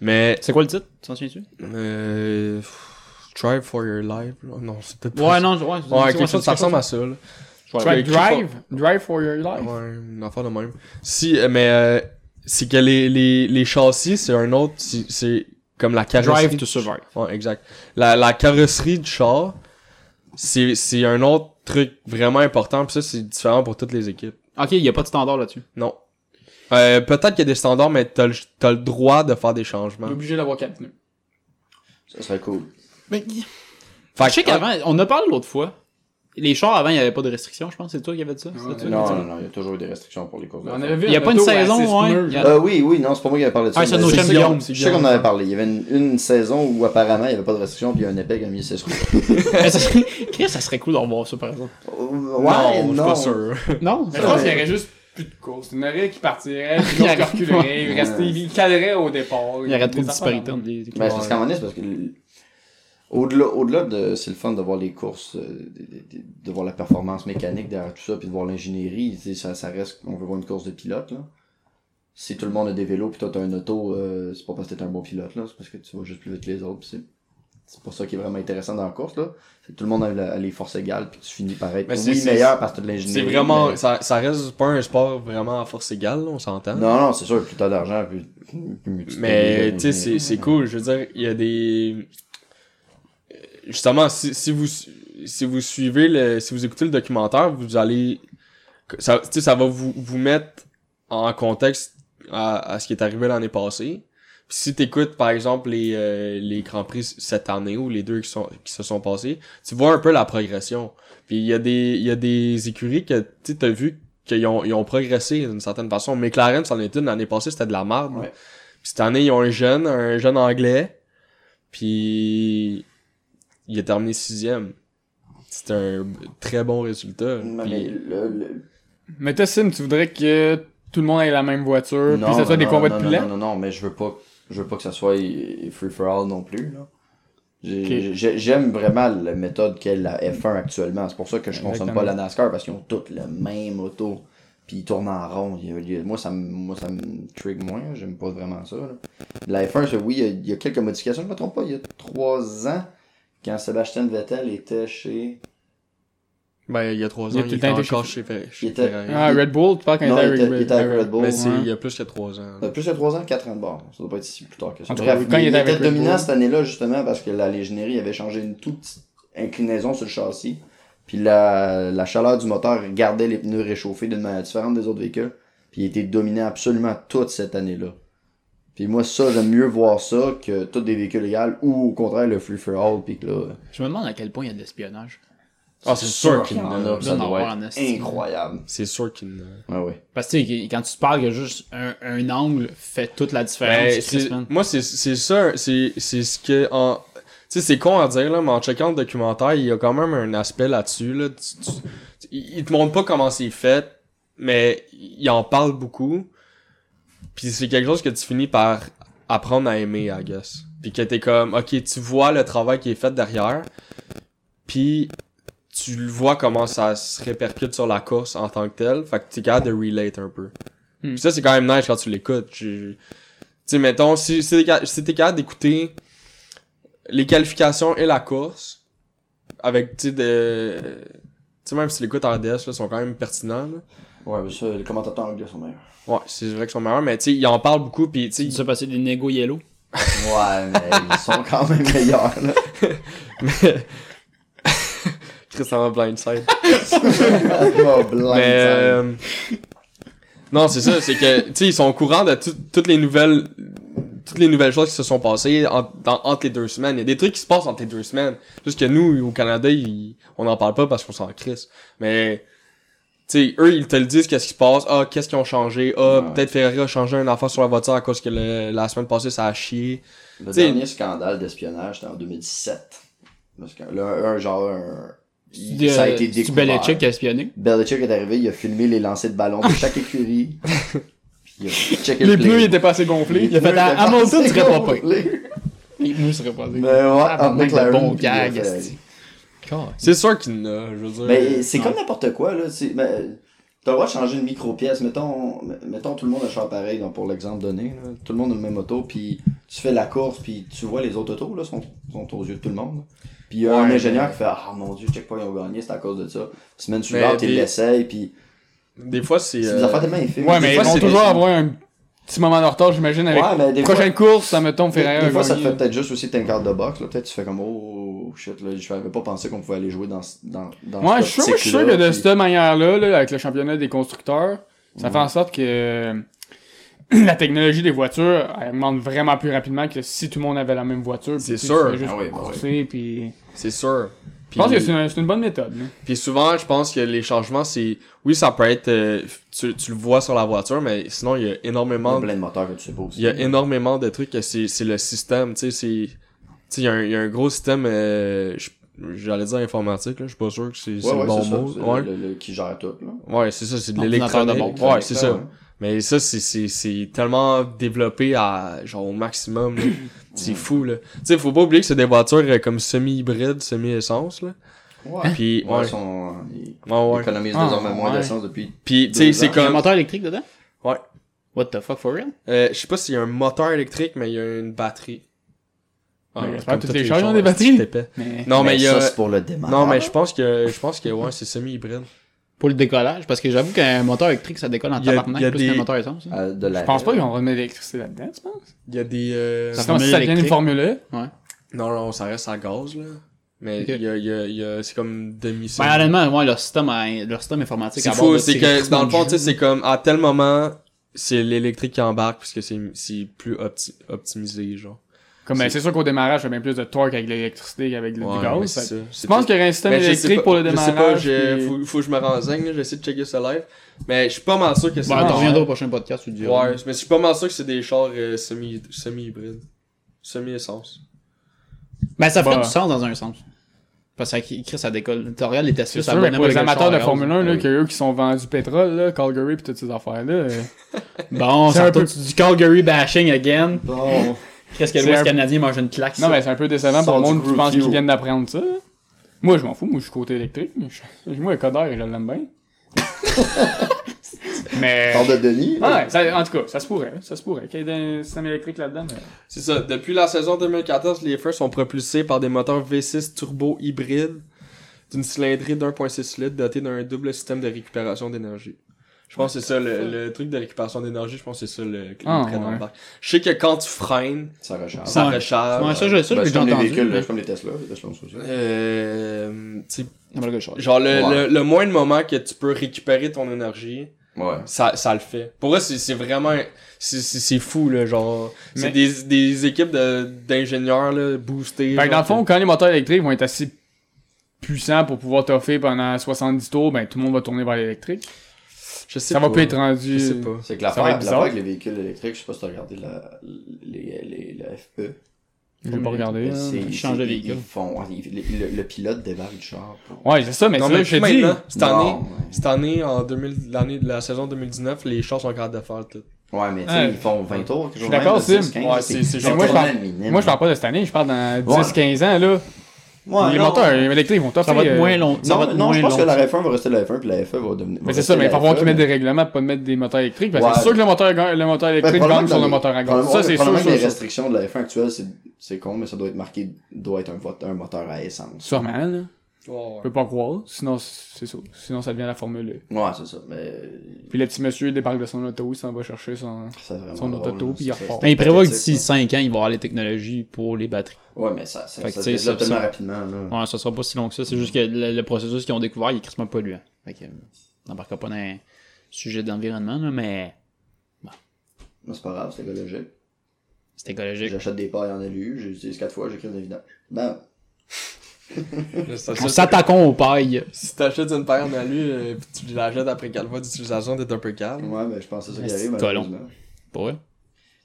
Mais. C'est quoi le titre? Tu t'en souviens-tu? Euh. pff, Drive for your life. là. Non, c'est peut-être pas. Ouais, non, ouais. c'est- Ouais, c'est- quelque c'est- chose, ça c'est- ressemble à ça, là. Euh, Tu vois, Ouais, Drive, Drive for your life. Ah Ouais, une affaire de même. Si, euh, mais euh, c'est que les, les, les châssis, c'est un autre, c'est- c'est comme la carrosserie. Drive to survive. Ouais, exact. La, la carrosserie du char, c'est c'est un autre truc vraiment important, puis ça, c'est différent pour toutes les équipes. Ok, il n'y a pas de standard là-dessus. Non. Euh, Peut-être qu'il y a des standards, mais t'as le, t'as le droit de faire des changements. T'es obligé d'avoir quatre pneus. Ça serait cool. Mais Fait je sais que- qu'avant, on en a parlé l'autre fois. Les chars avant, il n'y avait pas de restrictions, je pense. C'est toi qui avais dit ça? Ouais. C'était toi qui avais dit Non, ça? non, non, il y a toujours eu des restrictions pour les courses de On la avait vu Il y a un pas une bateau à saison, six ouais. pneus, Il y a- genre. Euh, oui, oui, non, c'est pas moi qui avais parlé de ça. Ah, c'est mais nos je chums sais- Guillaume, c'est Je sais qu'on en Guillaume. avait parlé. Il y avait une, une saison où apparemment il n'y avait pas de restriction, puis il y a un épée qui a mis ses screws. Mais ça serait- Chris, ça serait cool d'en voir ça, par exemple. Ouais, je suis pas sûr. Non? Mais je pense qu'il y aurait juste plus de courses. Il y en aurait qui partirait, puis Il y l'autre qui aurait- reculerait, il restait, il calerait au départ. Il y aurait trop de Des disparités affaires. entre les équipes. Mais Ben, c'est parce qu'à un moment donné, c'est parce que l- au-delà, au-delà de c'est le fun de voir les courses, euh, de, de- de voir la performance mécanique derrière tout ça, puis de voir l'ingénierie, tu sais, ça, ça reste, on veut voir une course de pilote là. Si tout le monde a des vélos puis toi t'as un auto, euh, c'est pas parce que t'es un bon pilote là, c'est parce que tu vas juste plus vite que les autres. puis C'est, c'est pour ça qui est vraiment intéressant dans la course là, c'est que tout le monde a, la- a les forces égales puis tu finis par être Mais c'est- oui, c'est- meilleur parce que t'as de l'ingénierie. C'est vraiment. mais- Ça, ça reste pas un sport vraiment à force égale, là, on s'entend. Non non, c'est sûr, plus t'as d'argent, plus, plus tu Mais t'as de tu sais, c'est- l'ingénierie. c'est cool. Je veux dire, il y a des. Euh, Justement, si, si vous si vous suivez le. Si vous écoutez le documentaire, vous allez. Ça, tu sais, ça va vous, vous mettre en contexte à, à ce qui est arrivé l'année passée. Puis si t'écoutes, par exemple, les, euh, les Grands Prix cette année ou les deux qui, sont, qui se sont passés, tu vois un peu la progression. Puis il y a des il y a des écuries que tu sais, t'as vu qu'ils ont, ils ont progressé d'une certaine façon. McLaren, c'en est une, l'année passée, c'était de la merde. Ouais. Puis cette année, ils ont un jeune, un jeune anglais. Puis il a terminé sixième. C'est un très bon résultat. Mais Puis- le- le- Mais toi, Sim, tu voudrais que tout le monde ait la même voiture, puis que ça soit mais des combats non, de non, pilotes? Non, non, non, mais je veux pas, je veux pas que ça soit euh, free for all non plus. là. J'ai- Ok. j'ai- J'aime vraiment la méthode qu'est la F1 actuellement. C'est pour ça que je consomme Exactement. pas la NASCAR parce qu'ils ont toutes le même auto. Puis ils tournent en rond. Il y a- il y a- moi, ça, me- moi, ça me trigue moins. J'aime pas vraiment ça. là. La F1, c'est- oui, il y a- il y, a quelques modifications. Je me trompe pas, il y a trois ans, quand Sébastien Vettel était chez. Ben, il y a trois Il ans, a tout il le était temps été encore chez- chez, Fer- chez Il était- hein? Ferrari. Ah, Red Bull, tu parles quand Non, il il était- il était était avec Red Bull. Mais c'est ouais. il y a plus que trois ans. Euh, plus que 3 ans, 4 ans de bord. Ça doit pas être si plus tard que ça. En tout cas, Bref, quand il il était avec était Red dominant Bull. cette année-là, justement, parce que la légionnerie avait changé une toute petite inclinaison sur le châssis. Puis la, la chaleur du moteur gardait les pneus réchauffés d'une manière différente des autres véhicules. Puis il était dominant absolument toute cette année-là. Puis moi, ça, j'aime mieux voir ça que tous des véhicules légales ou au contraire le free for all. Puis que là, Je me demande à quel point il y a de l'espionnage. Ah, c'est sûr qu'il y en a. a. Ça Il doit en doit avoir en être esti. incroyable. C'est sûr qu'il y en a. Ah oui. Parce que tu sais, quand tu te parles, il y a juste un, un angle fait toute la différence. Ben, du Chris, c'est- man. moi, c'est c'est ça, c'est c'est ce que. En... Tu sais, c'est con à dire, là, mais en checkant le documentaire, il y a quand même un aspect là-dessus. Là. Tu- tu- tu- Il il te montre pas comment c'est fait, mais il en parle beaucoup. Puis c'est quelque chose que tu finis par apprendre à aimer, I guess. Puis que t'es comme, ok, tu vois le travail qui est fait derrière, puis tu le vois comment ça se répercute sur la course en tant que telle. Fait que t'es capable de relate un peu. Hmm. Puis ça, c'est quand même nice quand tu l'écoutes. J'ai- tu sais, mettons, si, si t'es ca- si t'es capable d'écouter les qualifications et la course, avec, tu sais, de... Tu sais, même si l'écoute en DS, là, sont quand même pertinents, là. Ouais, mais ça, les commentateurs anglais sont meilleurs. Ouais, c'est vrai qu'ils sont meilleurs, mais tu sais, ils en parlent beaucoup, pis Tu tu dis sais, ça passer des négo yellow. Ouais, mais ils sont quand même meilleurs. Là. Chris, ça va blindside. Oh, blindside. Mais, euh, non, c'est ça, c'est que tu sais ils sont au courant de tout- toutes les nouvelles toutes les nouvelles choses qui se sont passées en- dans- entre les deux semaines. Il y a des trucs qui se passent entre les deux semaines. Juste que nous au Canada, ils- on n'en parle pas parce qu'on s'en crisse. Mais tu sais eux ils te le disent qu'est-ce qui se passe, ah qu'est-ce qu'ils ont changé, ah Ouais. peut-être Ferrari a changé un enfant sur la voiture à cause que le- la semaine passée ça a chié. Le T'sais- dernier scandale d'espionnage, c'était en 2017. Parce que là, un genre, un... Tu ça a été découvert. euh, Belichick qui a espionné. Belichick est arrivé, il a filmé les lancers de ballon de chaque écurie. Puis il a checké le Les play. pneus étaient pas assez gonflés. il a fait pneus à- étaient à mon tour, tu assez serais pas gonflés. Les pneus seraient pas Mais ouais, en Tabarnak de McLaren. Ah, bon puis il a gag, fait- esti. C'est sûr qu'il y en a, je veux dire. Ben, Mais c'est comme n'importe quoi, là. c'est- mais T'as le droit de changer une micro-pièce. Mettons, mettons, tout le monde a un char pareil, donc pour l'exemple donné. là. Tout le monde a le même auto, puis tu fais la course, puis tu vois les autres autos, là, sont, sont aux yeux de tout le monde. Puis il y a un Ouais, ingénieur qui fait Ah mon dieu, check pas, ils ont gagné, c'est à cause de ça. Semaine Mais suivante, des- Euh, il l'essaye, puis Des fois c'est c'est des euh, affaires tellement infimes. Ouais, Des mais ils fois, vont c'est toujours des- avoir un petit moment de retard, j'imagine, avec Ouais, mais des fois- prochaine course, ça me tombe Ferrari. Des, des fois, a ça te gagné. fait peut-être juste aussi une carte de boxe. là. Peut-être tu fais comme oh shit, là, je n'avais pas pensé qu'on pouvait aller jouer dans ce- dans dans Ouais, cette je suis sûr, moi, je suis sûr que optique-là, de puis- cette manière-là, là, avec le championnat des constructeurs, ça fait en sorte que euh, la technologie des voitures elle augmente vraiment plus rapidement que si tout le monde avait la même voiture. puis C'est tu sais, sûr. tu fais juste Ah oui, bah courser, puis- c'est sûr. Je pense que c'est une, c'est une bonne méthode. là. Puis souvent, je pense que les changements, c'est. Oui, ça peut être. euh, tu, tu le vois sur la voiture, mais sinon, il y a énormément. plein de moteurs que tu sais pas aussi. Il y a énormément de trucs que c'est c'est le système, tu sais. c'est- Tu sais, il y, a un- il y a un gros système. euh, je- J'allais dire informatique, là. Je suis pas sûr que c'est c'est Ouais, le ouais, bon c'est ça, mot. c'est Ouais. le- le- le- qui gère tout, là. Ouais, c'est ça, c'est de Ordinateur de l'électronique. bord. Ouais, c'est ça. Mais ça, c'est- c'est c'est tellement développé à genre au maximum. là. c'est fou, là. Tu sais, faut pas oublier que c'est des voitures euh, comme semi-hybrides, semi-essence, là. Ouais. Puis, Ouais, ouais. ils sont, ils Ouais, ouais. économisent Ah, désormais moins ouais. d'essence depuis. Puis, tu sais, c'est Il y a un comme... moteur électrique dedans? Ouais. What the fuck, for real? Euh, je sais pas s'il y a un moteur électrique, mais il y a une batterie. Ah, Ouais, comme j'espère que toutes toutes les chars, ils ont des euh, batteries. c'est épais. Mais Non, mais, il y a... ça, c'est pour le démarrage. Non, mais je pense que... Je pense que, ouais, c'est semi-hybride. Pour le décollage, parce que j'avoue qu'un moteur électrique, ça décolle en Il y a- tabarnak il y a plus des- qu'un moteur essence. hein. Euh, de la... je pense pas qu'ils vont remettre de l'électricité là-dedans, tu penses? Il y a des... euh, Ça- Sinon, si formule ça devient une électrique. formule E, Non, non, ça reste à gaz, là. Mais Ok. il y a... il y a- il y a- C'est comme demi Ben, honnêtement, ouais, leur système, euh, leur système informatique. C'est à bord fou, de c'est ces que électriques dans le fond, tu sais, jus- c'est comme à tel moment, c'est l'électrique qui embarque puisque c'est c'est plus opti- optimisé, genre. comme ben, c'est sûr qu'au démarrage, j'ai bien plus de torque avec l'électricité qu'avec le du Ouais, mais gaz. c'est fait que- ça, c'est Tu penses tout. qu'il y aurait un système Mais je sais électrique pas- pour le Je démarrage? sais pas, je- puis- faut, faut que je me renseigne, là, j'essaie de checker ça live. Mais je suis pas mal sûr que c'est. Bon, Bah, des on chars- reviendra au prochain podcast, tu diras. Ouais, mais je suis pas mal sûr que c'est des chars euh, semi- semi-hybrides. Semi-essence. Ben, ça ferait Bah. du sens dans un sens. Parce que ça- Chris, ça décolle. Tu regardes les C'est Tesla, ça sûr, mais abonne pour avec les le amateurs char à de gaz. Formule 1, là, Oui. que eux qui sont vendus du pétrole, là, Calgary pis toutes ces affaires-là, euh, Bon, C'est c'est un un peu- du Calgary bashing again. Bon. Qu'est-ce que C'est l'Ouest un- canadien mange une claque? non, ça. mais c'est un peu décevant pour le Sans du monde qui gros pense qu'ils fuel. viennent d'apprendre ça. Moi, je m'en fous, moi, je suis côté électrique. Je- Moi, un codeur, je l'aime bien. mais... Parle de Denis. Ah ouais, ça- en tout cas, ça se pourrait, ça se pourrait. Qu'il y ait un système électrique là-dedans, mais... C'est ça. Depuis la saison 2014, les feux sont propulsés par des moteurs V6 turbo hybrides d'une cylindrée 1.6 litres dotée d'un double système de récupération d'énergie. Je pense que c'est ça, le, le truc de récupération d'énergie, je pense que c'est ça le, le Ah, train ouais. d'embarque. Je sais que quand tu freines, Ça recharge. ça Ouais. recharge. Ouais, ça, je ça, Ben, j'ai déjà c'est comme les entendu. véhicules, mais- là, c'est comme les Tesla. Les Tesla, c'est ça. Euh, tu sais, Ah, mais le gars, je- genre le, Ouais. le, le moins de moments que tu peux récupérer ton énergie, Ouais. ça, ça le fait. Pour eux, c'est c'est vraiment... C'est c'est- c'est fou, là, genre... Mais- C'est des, des équipes de- d'ingénieurs, là, boostées. Fait que dans genre, le fond, quand les moteurs électriques vont être assez puissants pour pouvoir toffer pendant 70 tours, ben tout le monde va tourner vers l'électrique. je sais Ça va pas. pas être Je rendu. sais pas. C'est que Ça va être l'affaire bizarre. l'affaire avec les véhicules électriques, je sais pas si t'as regardé la, les, les, la FE. J'ai pas regardé. hein. C'est- change c'est- de ils- véhicule. Ils font, ils- le, le pilote débarque du char. pour- Ouais, c'est ça, mais Non, ça, mais je te dis. maintenant, cette année, Non, ouais. cette année, en 2000, l'année de la saison 2019, les chars sont capables de faire le tout. Ouais, mais tu sais, Ouais. ils font 20 tours. Je suis d'accord, Sim. Ouais, c'est- c'est genre- moi, je parle- Moi, je parle pas de cette année, je parle dans 10-15 ans, là. les moteurs électriques vont toffer. Ça va être euh, moins long. ça va Non, être non moins je pense long. que la F1 va rester la F1 puis la FE va devenir. Mais c'est ça, mais il va falloir qu'ils mettent des règlements pour pas mettre des moteurs électriques. Parce que Ouais. Ben, c'est sûr que le moteur, ga- le moteur électrique gagne sur le moteur à gaz. Ça, c'est sûr, Probablement que les sûr, sûr. restrictions de la F1 actuelle, c'est- c'est con, mais ça doit être marqué, doit être un, vote- un moteur à essence. Sûrement, là. Ouais, Je peux pas croire. Sinon, c'est ça. Sinon, ça devient la Formule E. Ouais, c'est ça, mais. Puis le petit monsieur, il débarque de son auto, il s'en va chercher son. C'est vraiment. Son drôle, auto, là, puis il c'est- repart. Mais il prévoit que pathétique, d'ici 5 ans, il va y avoir les technologies pour les batteries. là. Ouais, mais ça, ça, Fait que ça se tu sais, développe ça- tellement ça- rapidement, là. Ouais, ça sera pas si long que ça. C'est juste que le, le processus qu'ils ont découvert, il est crissement polluant. Fait que, euh, on n'embarquera pas dans un sujet d'environnement, là, mais Mais C'est pas grave, c'est écologique. c'est écologique. J'achète des pailles en alu, j'utilise 4 fois, j'écris des vidanges. Ben, ouais. Ça, En ça, s'attaquant aux pailles. Si t'achètes une paire en alu, euh, pis tu la jettes après 4 fois d'utilisation, t'es un peu calme. ouais, mais je pense que c'est ça qui Esti arrive. colon. malheureusement. Pour vrai.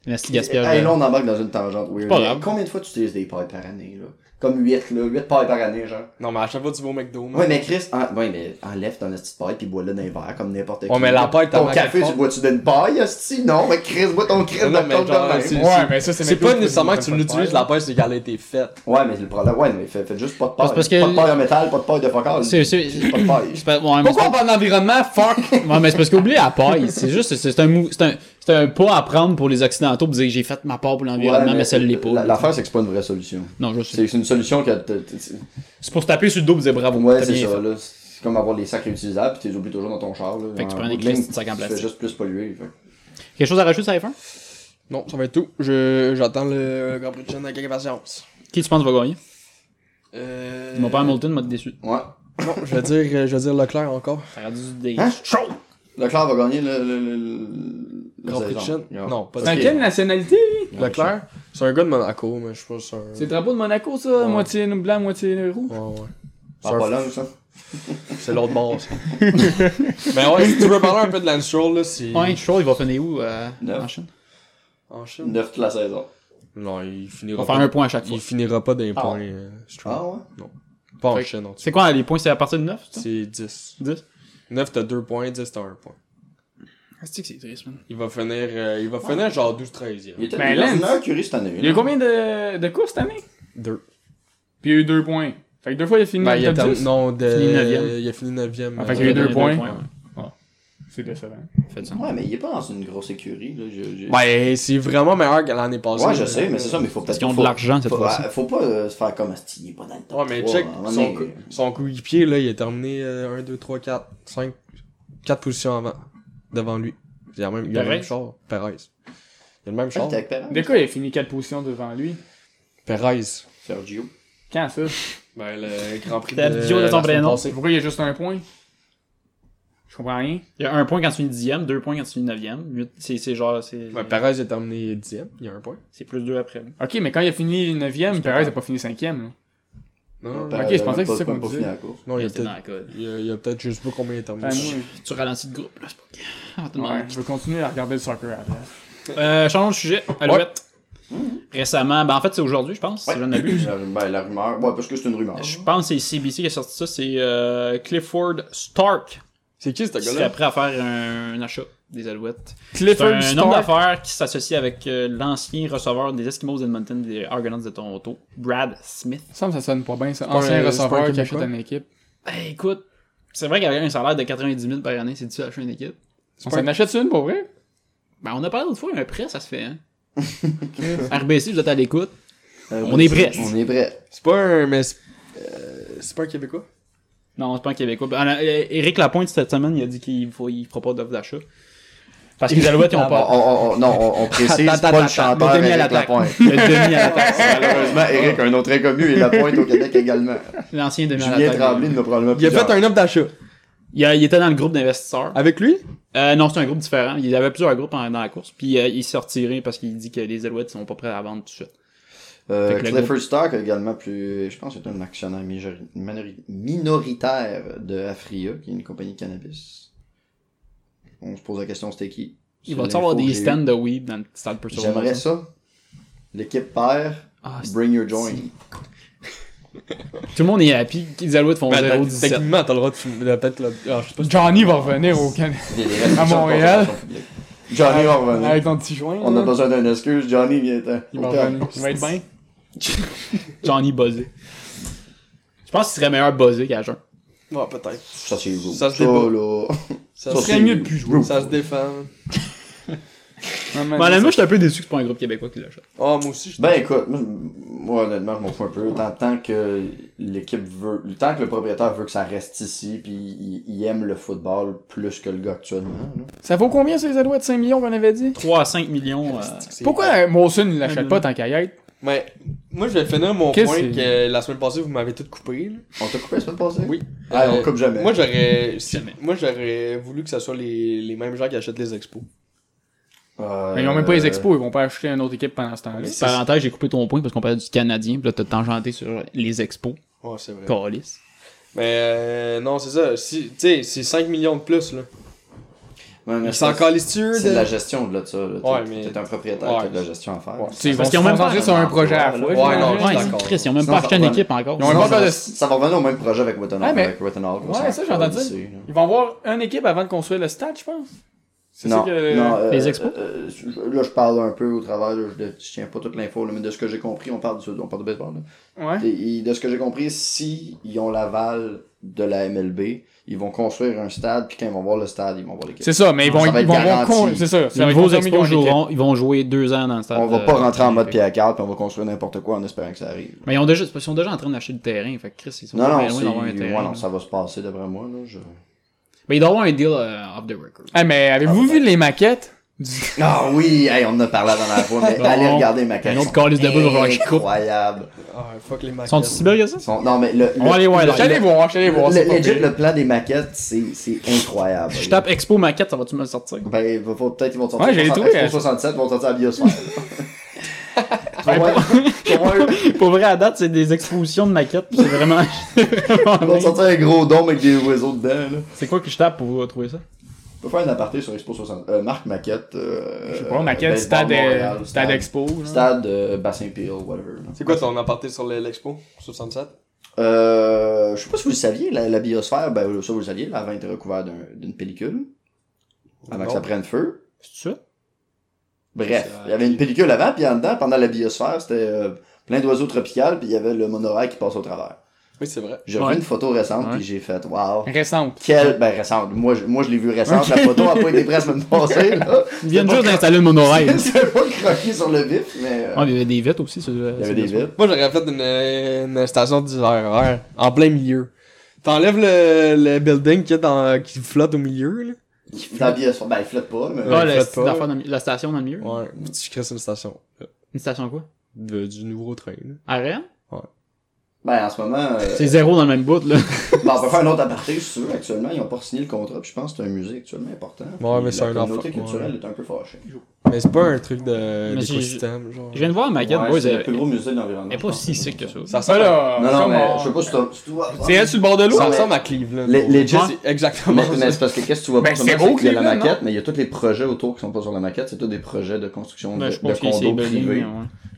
Un petit gaspillage. Hey, de- là, on embarque dans une tangente weird. pas grave. Combien de fois tu utilises des pailles par année, là? Comme 8, là. 8 pailles par année, genre. Non, mais à chaque fois, tu vas au McDo. man. Ouais, mais Chris, en- ouais, mais enlève ton petite paille puis bois-le dans les verres comme n'importe qui. Ouais, mais la paille, t'as Ton mal café, quelque tu part. bois-tu d'une paille, esti? Non, mais Chris, bois ton Chris Ah Non, dans mais ton genre, verre. c'est- Ouais, mais ça, c'est C'est McDo pas qui nécessairement fait que tu pas de l'utilises, paille. la paille, c'est qu'elle a été faite. Ouais, mais c'est le problème. Ouais, mais faites, faites juste pas de paille. Parce- parce que- Pas de paille en métal, pas de paille de focal. C'est- c'est- Pas de paille. C'est pas- ouais, mais Pourquoi on parle d'environnement, fuck? c'est- ouais, mais c'est parce qu'oublier la paille, c'est juste, c'est c'est un, mou- c'est un, c'est un pas à prendre pour les Occidentaux pour dire que j'ai fait ma part pour l'environnement, Ouais, mais, ça l'est la- pas. L'affaire, c'est que c'est pas une vraie solution. Non, je sais. C'est c'est une solution que. t- t- t- C'est pour se taper sur le dos et dire bravo. Ouais, t'as c'est bien ça, fait. là. C'est comme avoir des sacs réutilisables puis tu les oublies toujours dans ton char, là. Fait que tu En prends des bout de ligne, crises de sacs en tu fais plastique. juste plus polluer. fait que- Quelque chose à rajouter sur la F1 Non, ça va être tout. Je, j'attends le Grand Prix de Chine avec impatience. Qui tu penses va gagner Euh... Mon père Hamilton m'a déçu. Ouais. Non, je vais dire, euh, je vais dire Leclerc encore. Ça aurait dû des. Hein? Leclerc va gagner le. le, le, le- Grand la Prix de saison. Chine? Non, pas de Dans Ok. quelle nationalité Leclerc, c'est un gars de Monaco, mais je pense que c'est un... C'est le drapeau de Monaco, ça. Moitié blanc, moitié rouge. Ouais, ouais. En Pologne, ça. C'est l'autre bord. ça. Mais ouais, si tu veux parler un peu de Lance Stroll, là, c'est. Ah, Ouais, Stroll, il va finir où euh, Neuf. en Chine En Chine. Neuf toute la saison. Non, il finira On va faire pas- un point à chaque fois. Il finira pas d'un Ah. point, euh, Stroll. Ah ouais? Pas en Fait- Chine, en tout cas. C'est quoi les points C'est à partir de 9 ça C'est 10. 10 9, t'as 2 points, 10, t'as 1 point. C'est Ah, que c'est triste, man. Il va finir, euh, il va finir genre 12-13e. Il était Ben, il a Lance. une heure curie cette année. Il y a eu combien de, de courses cette année Deux. Puis il y a eu deux points. Fait que deux fois, il a fini Ben, il dans a le top terminé- 10. non, de- Fini neuvième. il a fini Euh, 9e. Ah, fait qu'il y a eu deux points. C'est décevant. Faites ça. Ouais, mais il est pas dans une grosse écurie. Là. Je- je- Ben, c'est vraiment meilleur que l'année passée. ouais, je sais, mais c'est ça, mais faut peut-être qu'ils ont de faut- l'argent, cette faut- fois-ci. ouais, Faut pas euh, se faire comme Asti, il est pas dans le top Ouais, mais trois, hein. check, à un moment son, donné. cou- son coéquipier, là, il a terminé euh, 1, 2, 3, 4, 5, 4 positions avant, devant lui. Il a, même, il a le Perez? même char, Perez. Il a le même Ouais, char. t'es avec Perrin. Des quoi, il a fini 4 positions devant lui Perez. Sergio. Quand ça Ben, le Grand Prix T'as vidéo de la ton semaine prénom. passée. Pourquoi il y a juste un point Je comprends rien. Il y a un point quand tu finis 10 deux points quand tu finis 9 C'est c'est genre. C'est Ouais, Ben, Perez a terminé 10e, il y a un point. c'est plus deux après. Ok, mais quand il a fini 9ème, Perez n'a pas fini 5ème. là. Non, Perrin, ok, je euh, pensais que pas- c'est ça pas- qu'on pas disait. fini la course. non, il y a C'était dans peut-être, la colle. il y a, il y a peut-être, je sais pas combien il a terminé. Enfin, moi, Tu ralentis le groupe, là, c'est pas On va te demander. Ouais, je veux continuer à regarder le soccer après. Euh, changeons de sujet. Alouette. Récemment, ben en fait, c'est aujourd'hui, je pense, si je ne m'abuse. La- Ben, la rumeur. Ouais, parce que c'est une rumeur. Je pense que c'est CBC qui a sorti ça. C'est euh, Clifford Stark C'est qui ce qui serait gars-là? prêt à faire un, un achat des Alouettes. C'est Clifford un homme Stark. d'affaires qui s'associe avec euh, l'ancien receveur des Eskimos d'Edmonton des Argonauts de Toronto, Brad Smith. Ça me semble que ça sonne pas bien, ça. pas un- Ancien c'est pas un receveur qui achète Québécois? une équipe. Ben écoute, c'est vrai qu'avec un salaire de 90 000 par année, c'est difficile d'acheter une équipe. On s'en achète une pour vrai Ben on a parlé d'autres fois, un prêt, ça se fait. Hein? RBC, vous êtes à l'écoute. On est prêts. Euh, On est prêts. C'est pas un, mais c'est, euh, c'est pas un Québécois? Non, c'est pas un Québécois. Ben, euh, Éric Lapointe, cette semaine, il a dit qu'il faut, il fera pas d'offre d'achat. Parce que les Alouettes, ils ont Ah, On- pas. on- on- Non, on on précise, Attends, pas attends, le chanteur le demi à Eric l'attaque. Lapointe. Le demi à l'attaque. Malheureusement, Eric, un autre inconnu, et Lapointe au Québec également. L'ancien demi à Julien Tremblay l'attaque. n'a probablement Il a fait un offre d'achat. Il, a- il était dans le groupe d'investisseurs. Avec lui? Euh, non, c'est un groupe différent. Il y avait plusieurs groupes en- dans la course. Puis euh, il s'est retiré parce qu'il dit que les Alouettes sont pas prêts à vendre tout de suite. Fait Euh, que le Clifford Stark a également plus, je pense, que c'est un actionnaire majori- minori- minoritaire de Afria, qui est une compagnie de cannabis. On se pose la question, c'était qui Il C'est va-tu l'info avoir que des j'ai eue. stands de weed dans le stade Purcell? J'aimerais ça. L'équipe perd, Ah, c'est- bring your joint. Tout le monde est happy. Les Alouettes font Ben, 0-17. techniquement, t'as le droit de fumer- de peut-être le. Ah, je sais pas si- Johnny va revenir au Canada. Des- des restrictions de Montréal. consommation publique. Johnny va revenir. Avec ton petit joint. On là. a besoin d'une excuse. Johnny vient. Il va revenir. Il va être bien. Johnny buzzé. Je pense qu'il serait meilleur buzzé qu'à jeun. Ouais, peut-être. Ça, c'est vous. Ça se débat. là. Ça, Ça, serait c'est- mieux de plus jouer. Ouh. Ça se défend. Non, mais- Ben, là, moi, je suis un peu déçu que c'est pas un groupe québécois qui l'achète. Oh, moi aussi, je Ben écoute, moi, je- moi, honnêtement, je m'en fous un peu. Tant, tant que l'équipe veut, tant que le propriétaire veut que ça reste ici, puis il, il aime le football plus que le gars actuellement. là. Ça vaut combien sur les Alouettes 5 millions qu'on avait dit 3 à 5 millions. euh, Pourquoi euh, Mawson il l'achète Mm. pas tant qu'à y être Mais moi, je vais finir mon Qu'est-ce point que- que la semaine passée, vous m'avez tout coupé. Là. On t'a coupé la semaine passée? Oui. Ah, on Euh, coupe jamais. Moi, j'aurais si- Jamais. moi j'aurais voulu que ça soit les, les mêmes gens qui achètent les expos. Euh, Mais Ils ont même pas les expos, ils vont pas acheter une autre équipe pendant ce temps-là. Mais c'est- Parenthèse, j'ai coupé ton point parce qu'on parlait du Canadien, puis là t'as tangenté sur les expos. Ouais, Ah, c'est vrai. Calice. Mais euh, non, c'est ça. Si, tu sais, c'est 5 millions de plus. là. Ouais, mais Ils s'en c'est- calissent tu C'est de la de... gestion de là, de ça. Là. Ouais, T'es- mais- T'es un propriétaire, Ouais. t'as de la gestion à faire. Ouais. Tu sais, Ils vont Parce se qu'ils ont même pas- concentrer sur un projet à la fois. Ouais, Ouais, non, j'imagine. je suis Ouais, c'est d'accord. Chris, ils ont même Sinon, pas ça acheté une revient. équipe encore. Ils Non, ont- pas ça, encore de- va- ça va revenir au même projet avec Wetton Ouais, mais- avec Wetton Hall, on Ouais, s'en ça, j'ai entendu. calisse, là. Ils vont avoir une équipe avant de construire le stade, je pense. C'est ça Non, que. non, euh, les expos? euh, euh, là, je parle un peu au travers, là, je, ne tiens pas toute l'info, là, mais de ce que j'ai compris, on parle, du, on parle de baseball. là. Hein? Ouais. Et- et de ce que j'ai compris, si ils ont l'aval de la MLB, ils vont construire un stade, puis quand ils vont voir le stade, ils vont voir l'équipe. C'est ça, mais ils Non, vont, Ah, ça va ils être vont avoir garanti. con- C'est ça. ça Les va être nouveaux confirmé expos qu'ils ont une équipe. joueront, ils vont jouer deux ans dans le stade. On va euh, pas rentrer en mode Olympique. pied à carte, puis on va construire n'importe quoi en espérant que ça arrive. Mais ils, ont déjà, ils sont déjà en train d'acheter le terrain. Fait que Chris, ils sont Non, pas bien loin non, c'est- d'avoir un ouais, terrain. non, ça va se passer d'après moi. Là, je... Mais ils doivent avoir un deal euh, off the record. Ah, mais avez-vous vu les maquettes Ah oui, hey, on en a parlé dans la fois, mais Bon. allez regarder ma question. Un autre calice de boule, il va falloir que je coupe. Incroyable. Ah, fuck les maquettes. Sont-ils si belles que ça? Ils sont- Non, mais le, On va le- aller voir là. J'allais voir, j'allais voir. c'est le, pas legit, pire. le plan des maquettes, c'est c'est incroyable. Je tape Expo Maquette, ça va-tu me le sortir? Ben, va- va- peut-être ils vont te sortir Ouais, j'ai Expo trouvé, 67, ils vont te sortir la biosphère. Pour vrai, à date, c'est des expositions de maquettes, pis c'est vraiment. On va te sortir un gros dôme avec des oiseaux dedans, là. c'est quoi que je tape pour trouver ça? On peut faire un aparté sur Expo 60. Euh, Marc Maquette. Euh, Je sais pas, maquette, baseball stade, euh, Montréal, stade expo. genre. Stade euh, Bassin-Peel, whatever. là. C'est quoi ton aparté sur le- l'expo 67 Euh, je sais pas si vous le saviez, la, la biosphère, ben, ça vous le saviez, là, avant, était recouvert d'un- d'une pellicule. Avant que ça Non. prenne feu. C'est ça? Bref, Ça- il y avait une pellicule avant, puis en dedans, pendant la biosphère, c'était euh, plein d'oiseaux tropicales, puis il y avait le monorail qui passe au travers. Oui, c'est vrai. J'ai Ouais. revu une photo récente, Ouais. puis j'ai fait, waouh. Récente. Quelle, ben, récente. Moi, je, moi, je l'ai vue récente. La photo a pas été prête la semaine passée, là. Ils viennent juste d'installer le monorail. C'est pas croqué sur le vif, mais. euh, Ah, il y avait des vêtements aussi. Il il y avait des vitres. Moi, j'aurais fait une, une station d'itinéraire en plein milieu. T'enlèves le, le building qui, est dans, qui flotte au milieu, là. Dans la biosphère, ben, il flotte pas, mais. Ah, Ouais, la, faites pas. l'affaire dans le- la station dans le milieu. Ouais. Puis tu crées une station. là, Une station quoi? de- du nouveau train, là. Arrête? Ben, en ce moment, euh, C'est zéro dans le même bout, là. ben, on peut faire un autre aparté si tu veux. Actuellement, ils ont pas signé le contrat, puis je pense que c'est un musée actuellement important. Ouais, Puis mais c'est la un communauté enfant, culturelle ouais. est un peu fâchée. Ah, Mais c'est pas un truc de, Mais c'est- d'écosystème, genre. Je viens de voir ma quête, Ouais, boys. c'est le Elle plus gros musée de l'environnement. elle est je pas pense. si sick que ça. Ça Ça, ressemble, à, là, Non, non, comme mais on- je sais pas si t'as- si tu vois. C'est elle sur le bord de l'eau? ça Ouais. ressemble à Cleveland. Les- les gens- C'est exactement Mais, ça. mais c'est parce que qu'est-ce que tu vois Ben, pas c'est seulement, gros, qu'il y a la Cleveland, maquette, mais il y a tous les projets autour qui sont pas sur la maquette, c'est tous des projets de construction Ben, de, je de pense que c'est condos bugging, privés. ouais.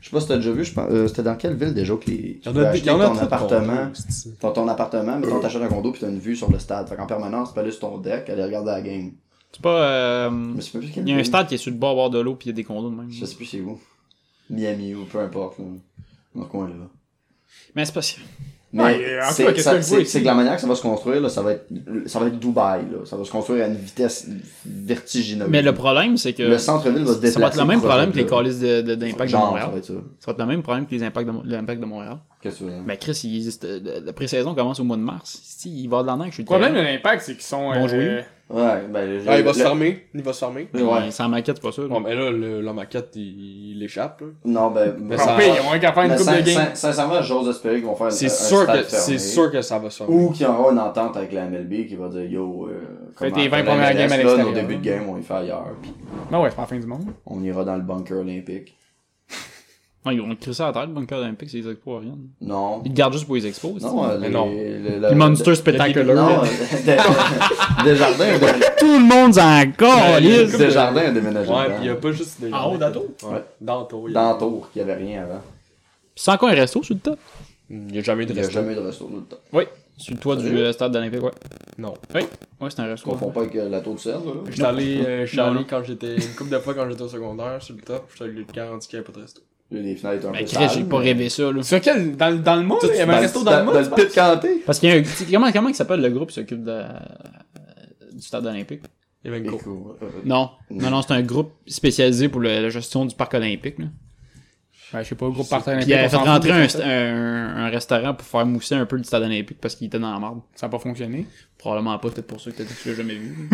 Je sais pas si t'as déjà vu, je pense, euh, c'était dans quelle ville déjà que les, tu Il y en peux a, des- il acheter y en a ton trop de appartement, condos, c'est-tu. ton, ton appartement, mettons t'achètes un condo pis t'as une vue sur le stade. Fait qu'en permanence, tu peux aller sur ton deck, aller regarder la game. C'est pas. Je euh, me souviens plus quel Il y a un pays. stade qui est sur le bord, bord de l'eau, puis il y a des condos de même. Je sais plus c'est où. Miami ou peu importe, là. Dans le coin, là. Mais c'est pas si. Mais Ouais, en tout cas, c'est, qu'est-ce ça- que je vois c'est- ici? c'est que la manière que ça va se construire, là, ça va être, ça va être Dubaï, là. Ça va se construire à une vitesse vertigineuse. Mais le problème, c'est que. Le centre-ville va se déplacer. ça va être le même proche problème de que les là. calices de- de- d'impact de, Genre, ça va Montréal. être ça. Ça va être le même problème que les impacts de, Mo- l'impact de Montréal. Qu'est-ce que tu veux dire? Mais Chris, il existe, euh, la pré-saison commence au mois de mars. Si, il va de l'an que je suis Le problème de l'impact, c'est qu'ils sont. Bon euh, joué. Ouais, ben, Ah, il le- va se fermer. Il va se fermer. Ouais. Sans maquette, c'est pas sûr. Bon, mais là, le, la maquette, il, il échappe, là. Non, ben, Mais Tant ça- pis, ils ont rien qu'à faire une mais coupe de sin- game. sin- sincèrement, j'ose espérer qu'ils vont faire un- un C'est sûr stade que, c'est fermé. sûr que ça va se fermer. Ou qu'il y aura une entente avec la MLB qui va dire yo, euh, Faites comment- les 20 la premières MLS, games à là, l'extérieur. Au début de game, on y fait ailleurs, puis Non, Ben ouais, c'est pas la fin du monde. on ira dans le bunker olympique. Ouais, ils vont crisser à la terre, le bunker olympique, c'est les expos à rien. Non. Ils le gardent juste pour les expos. Non, euh, les- non. le- c'est- le- le monster le- spectacular. Non, euh, Desjardins, a- Tout le monde s'en calisse. Desjardins a déménagé. Ouais, euh, dedans. pis il y a pas juste des. En haut d'Anto? Ouais. D'Anto. Dans la tour, qu'il n'y avait rien avant. C'est encore un resto sur le top. Il y a jamais eu de Il n'y a resto. jamais eu de resto tout le temps. Oui. Sur le toit du Sérieux? euh, stade d'Olympique, ouais. Non. Oui. Ouais, c'est un Tu resto. confonds pas avec euh, la tour du cerf, là? J'étais allé, euh, j'étais Non, allé non. quand j'étais. Une couple de fois quand j'étais au secondaire, sur le top, je te garantis qu'il n'y avait pas de resto. Il y a des fenêtres un Mais Ben, peu Chris, j'ai sales, pas mais- rêvé ça, là. Sur quel Dans, dans le monde, il y avait un resto dans le monde. le pit canté. Parce qu'il y a un petit. Comment, comment il s'appelle le groupe qui s'occupe de, euh, du stade olympique Il y avait une cour. euh, Non. Non, non, c'est un groupe spécialisé pour le- la gestion du parc olympique, là. Ben, je sais pas, groupe partenaire. Puis il avait fait rentrer un, un, un restaurant pour faire mousser un peu le stade olympique parce qu'il était dans la merde. Ça n'a pas fonctionné. Probablement pas, peut-être pour ça que t'as dit que tu l'as jamais vu.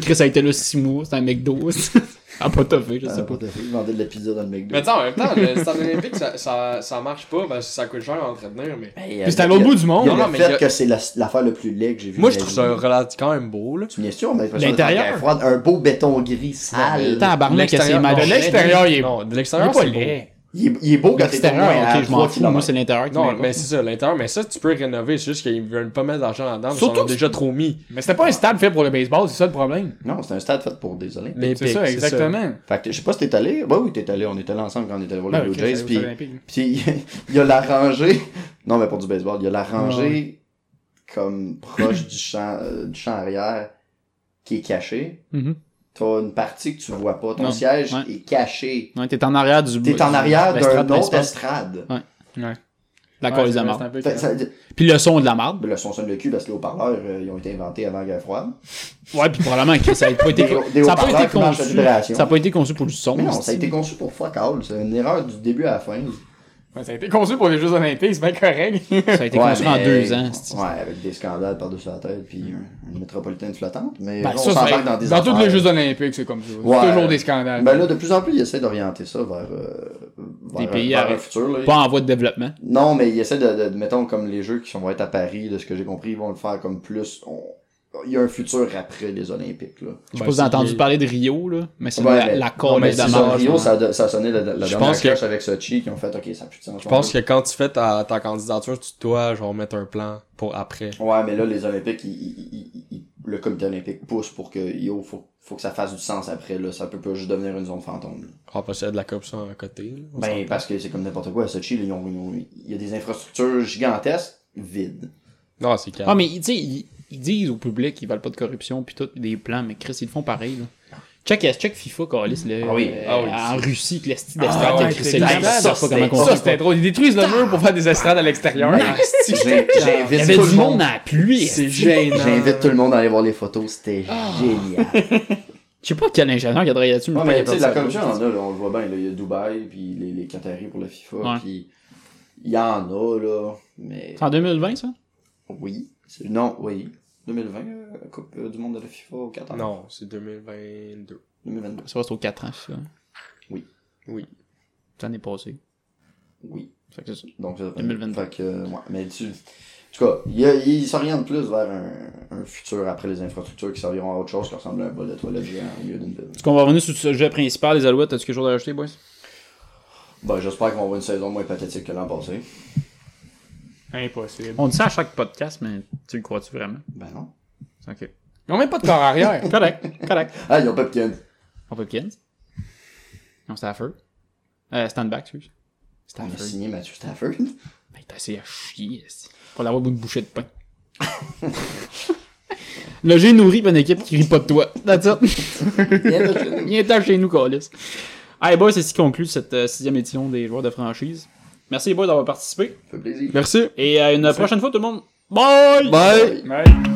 Chris a été là 6 mois, c'était un McDo. a pas toffé, je sais pas. Il vendait de la pizza dans le McDo. Mais tu sais, en même temps, le stade olympique, ça, ça, ça marche pas parce que ça coûte cher à entretenir, mais. Hey, euh, Puis c'était à l'autre il y a- bout du monde. Non, Il y a non, le mais fait il y a- que c'est la- l'affaire le plus laid que j'ai vu. Moi, de je ma trouve vie. ça relativement quand même beau, là. Tu me sûr, mais l'impression L'intérieur. Ah, d'être en guerre froide, un beau béton gris sale. Tabarnak, que c'est mal non, De l'extérieur, il est. Non, de Il est l'extérieur, pas c'est beau. laid. Il est, il est beau quand t'es au L'extérieur, moins à ok, je m'en 3 fous. Moi, c'est km. l'intérieur qui Non, m'importe. mais c'est ça, l'intérieur, mais ça, tu peux rénover, c'est juste qu'ils veulent pas mettre d'argent là-dedans, parce Surtout qu'ils en ont que- déjà trop mis. Mais c'était pas un stade fait pour le baseball, c'est ça le problème. Non, c'est un stade fait pour des Olympiques. Les C'est pics, ça, exactement. Fait que je sais pas si t'es allé. Ouais, oui, t'es allé. On était allé ensemble quand on était allé voir Ben les oui, Blue Chris, Jays. aux Puis Olympiques. Puis il y a la rangée. Non, mais pour du baseball, il y a la rangée comme proche du champ, euh, du champ arrière qui est cachée. Mhm. T'as une partie que tu vois pas. Ton Non, siège ouais. est caché. Non, t'es en arrière du. T'es en arrière d'un d'un autre estrade. La Ouais, cause c'est de la vrai, marde. c'est un Fait peu- que ça- Puis le son de la marde. le son sonne le cul parce que les haut-parleurs, euh, ils ont été inventés avant la guerre froide. Ouais, puis probablement que ça a pas été, Des- des ça a pas haut-parleurs été qui marchent à conçu. vibration. Ça a pas été conçu pour du son. Mais non, ça a été conçu pour fuck all. C'est une erreur du début à la fin. Ouais, Ça a été conçu pour les Jeux Olympiques, c'est bien correct. Ça a été construit en mais- deux ans. c'est- Ouais, avec des scandales par-dessus la tête, puis un- une métropolitaine flottante. Mais Ben, on ça, c'est- s'embarque dans des dans tous les affaires. Jeux Olympiques, c'est comme ça. Ouais. Toujours des scandales. Ben là, de plus en plus, ils essaient d'orienter ça vers, euh, vers, Des pays vers à- un futur. là. Pas en voie de développement. Non, mais ils essaient de, de- de- mettons, comme les jeux qui sont, vont être à Paris, de ce que j'ai compris, ils vont le faire comme plus. On, il y a un futur après les Olympiques. Là. Je sais pas si vous avez entendu parler de Rio, là, mais c'est Ouais, la, mais- la Non, mais colère c'est ça, d'amour. Rio, ça, a- ça sonnait la, la Je dernière pense que- clash avec Sochi qui ont fait OK, ça a plus de sens. Je pense que quand tu fais ta, ta candidature, tu dois genre mettre un plan pour après. Ouais, mais là, les Olympiques, ils- ils- ils- ils- le comité olympique pousse pour que yo, faut, faut que ça fasse du sens après. Là. Ça peut pas juste devenir une zone fantôme. là. On Ah, parce qu'il y a de la COP ça à côté. là. On Ben, parce que c'est comme n'importe quoi. À Sochi, là, ils ont- ils ont- il y a des infrastructures gigantesques vides. s'entend. Non, c'est calme. Ah, mais tu sais, ils, ils disent au public qu'ils veulent pas de corruption, puis tout, pis des plans, mais Chris, ils le font pareil, là. Check, euh, check FIFA, Calis, là. Ah oui, euh, ah oui. en Russie, que l'esti Ah d'estrade ouais, qui écrit c'est ses dingue. liens, ils Ça, savent pas c'était- comment Ça, construire. c'était drôle. Ils détruisent le mur pour faire des estrades à l'extérieur. J'ai- Il y J'invite avait tout le du monde monde. dans la pluie. esti. Ah. J'invite tout le monde à aller voir les photos. C'était génial. Je sais pas quel ingénieur qui a travaillé là-dessus, Non, pourquoi il mais a tu sais, perdu la ça. corruption, hein. on, en a, là, on le voit bien. là, Il y a Dubaï, puis les, les Qataris pour la FIFA, Ouais. puis il y en a, là. Mais C'est en 2020, ça? Ah. oui. c'est- Non, oui. 2020, euh, la Coupe euh, du monde de la FIFA au Qatar. Non, c'est 2022. 2022. Ça va, c'est aux 4 ans, ça. Oui. Oui. Ça n'est passé. Oui. Fait que c'est ça. Donc, ça, 2022. Fait que, euh, ouais, mais tu... En tout cas, il, y a- il s'oriente plus vers un, un futur après les infrastructures qui serviront à autre chose qui ressemble à un bol de toilette géant au milieu d'une ville. Est-ce qu'on va revenir sur le sujet principal des Alouettes? As-tu quelque chose à rajouter, boys? Ben, j'espère qu'on va une saison moins pathétique que l'an passé. Impossible. On dit ça à chaque podcast, mais tu le crois-tu vraiment? Ben non. Ok. Ils ont même pas de corps arrière. Correct, correct. Ah, ils ont Pepkin. On peut Kins? Non, Stafford. Euh, stand back, excuse. On a Stafford. signé Matthew Stafford. Ben, t'as essayé à chier, esti. Pour l'avoir bout de bouchée de pain. Le j'ai nourri par une équipe qui rit pas de toi. That's it. Viens t'as chez nous, Calis. Hey boys, c'est ce qui conclut cette euh, sixième édition des joueurs de franchise. Merci les boys d'avoir participé. euh, Ça fait plaisir. Merci. Et à une prochaine fois tout le monde. Bye! Bye. Bye.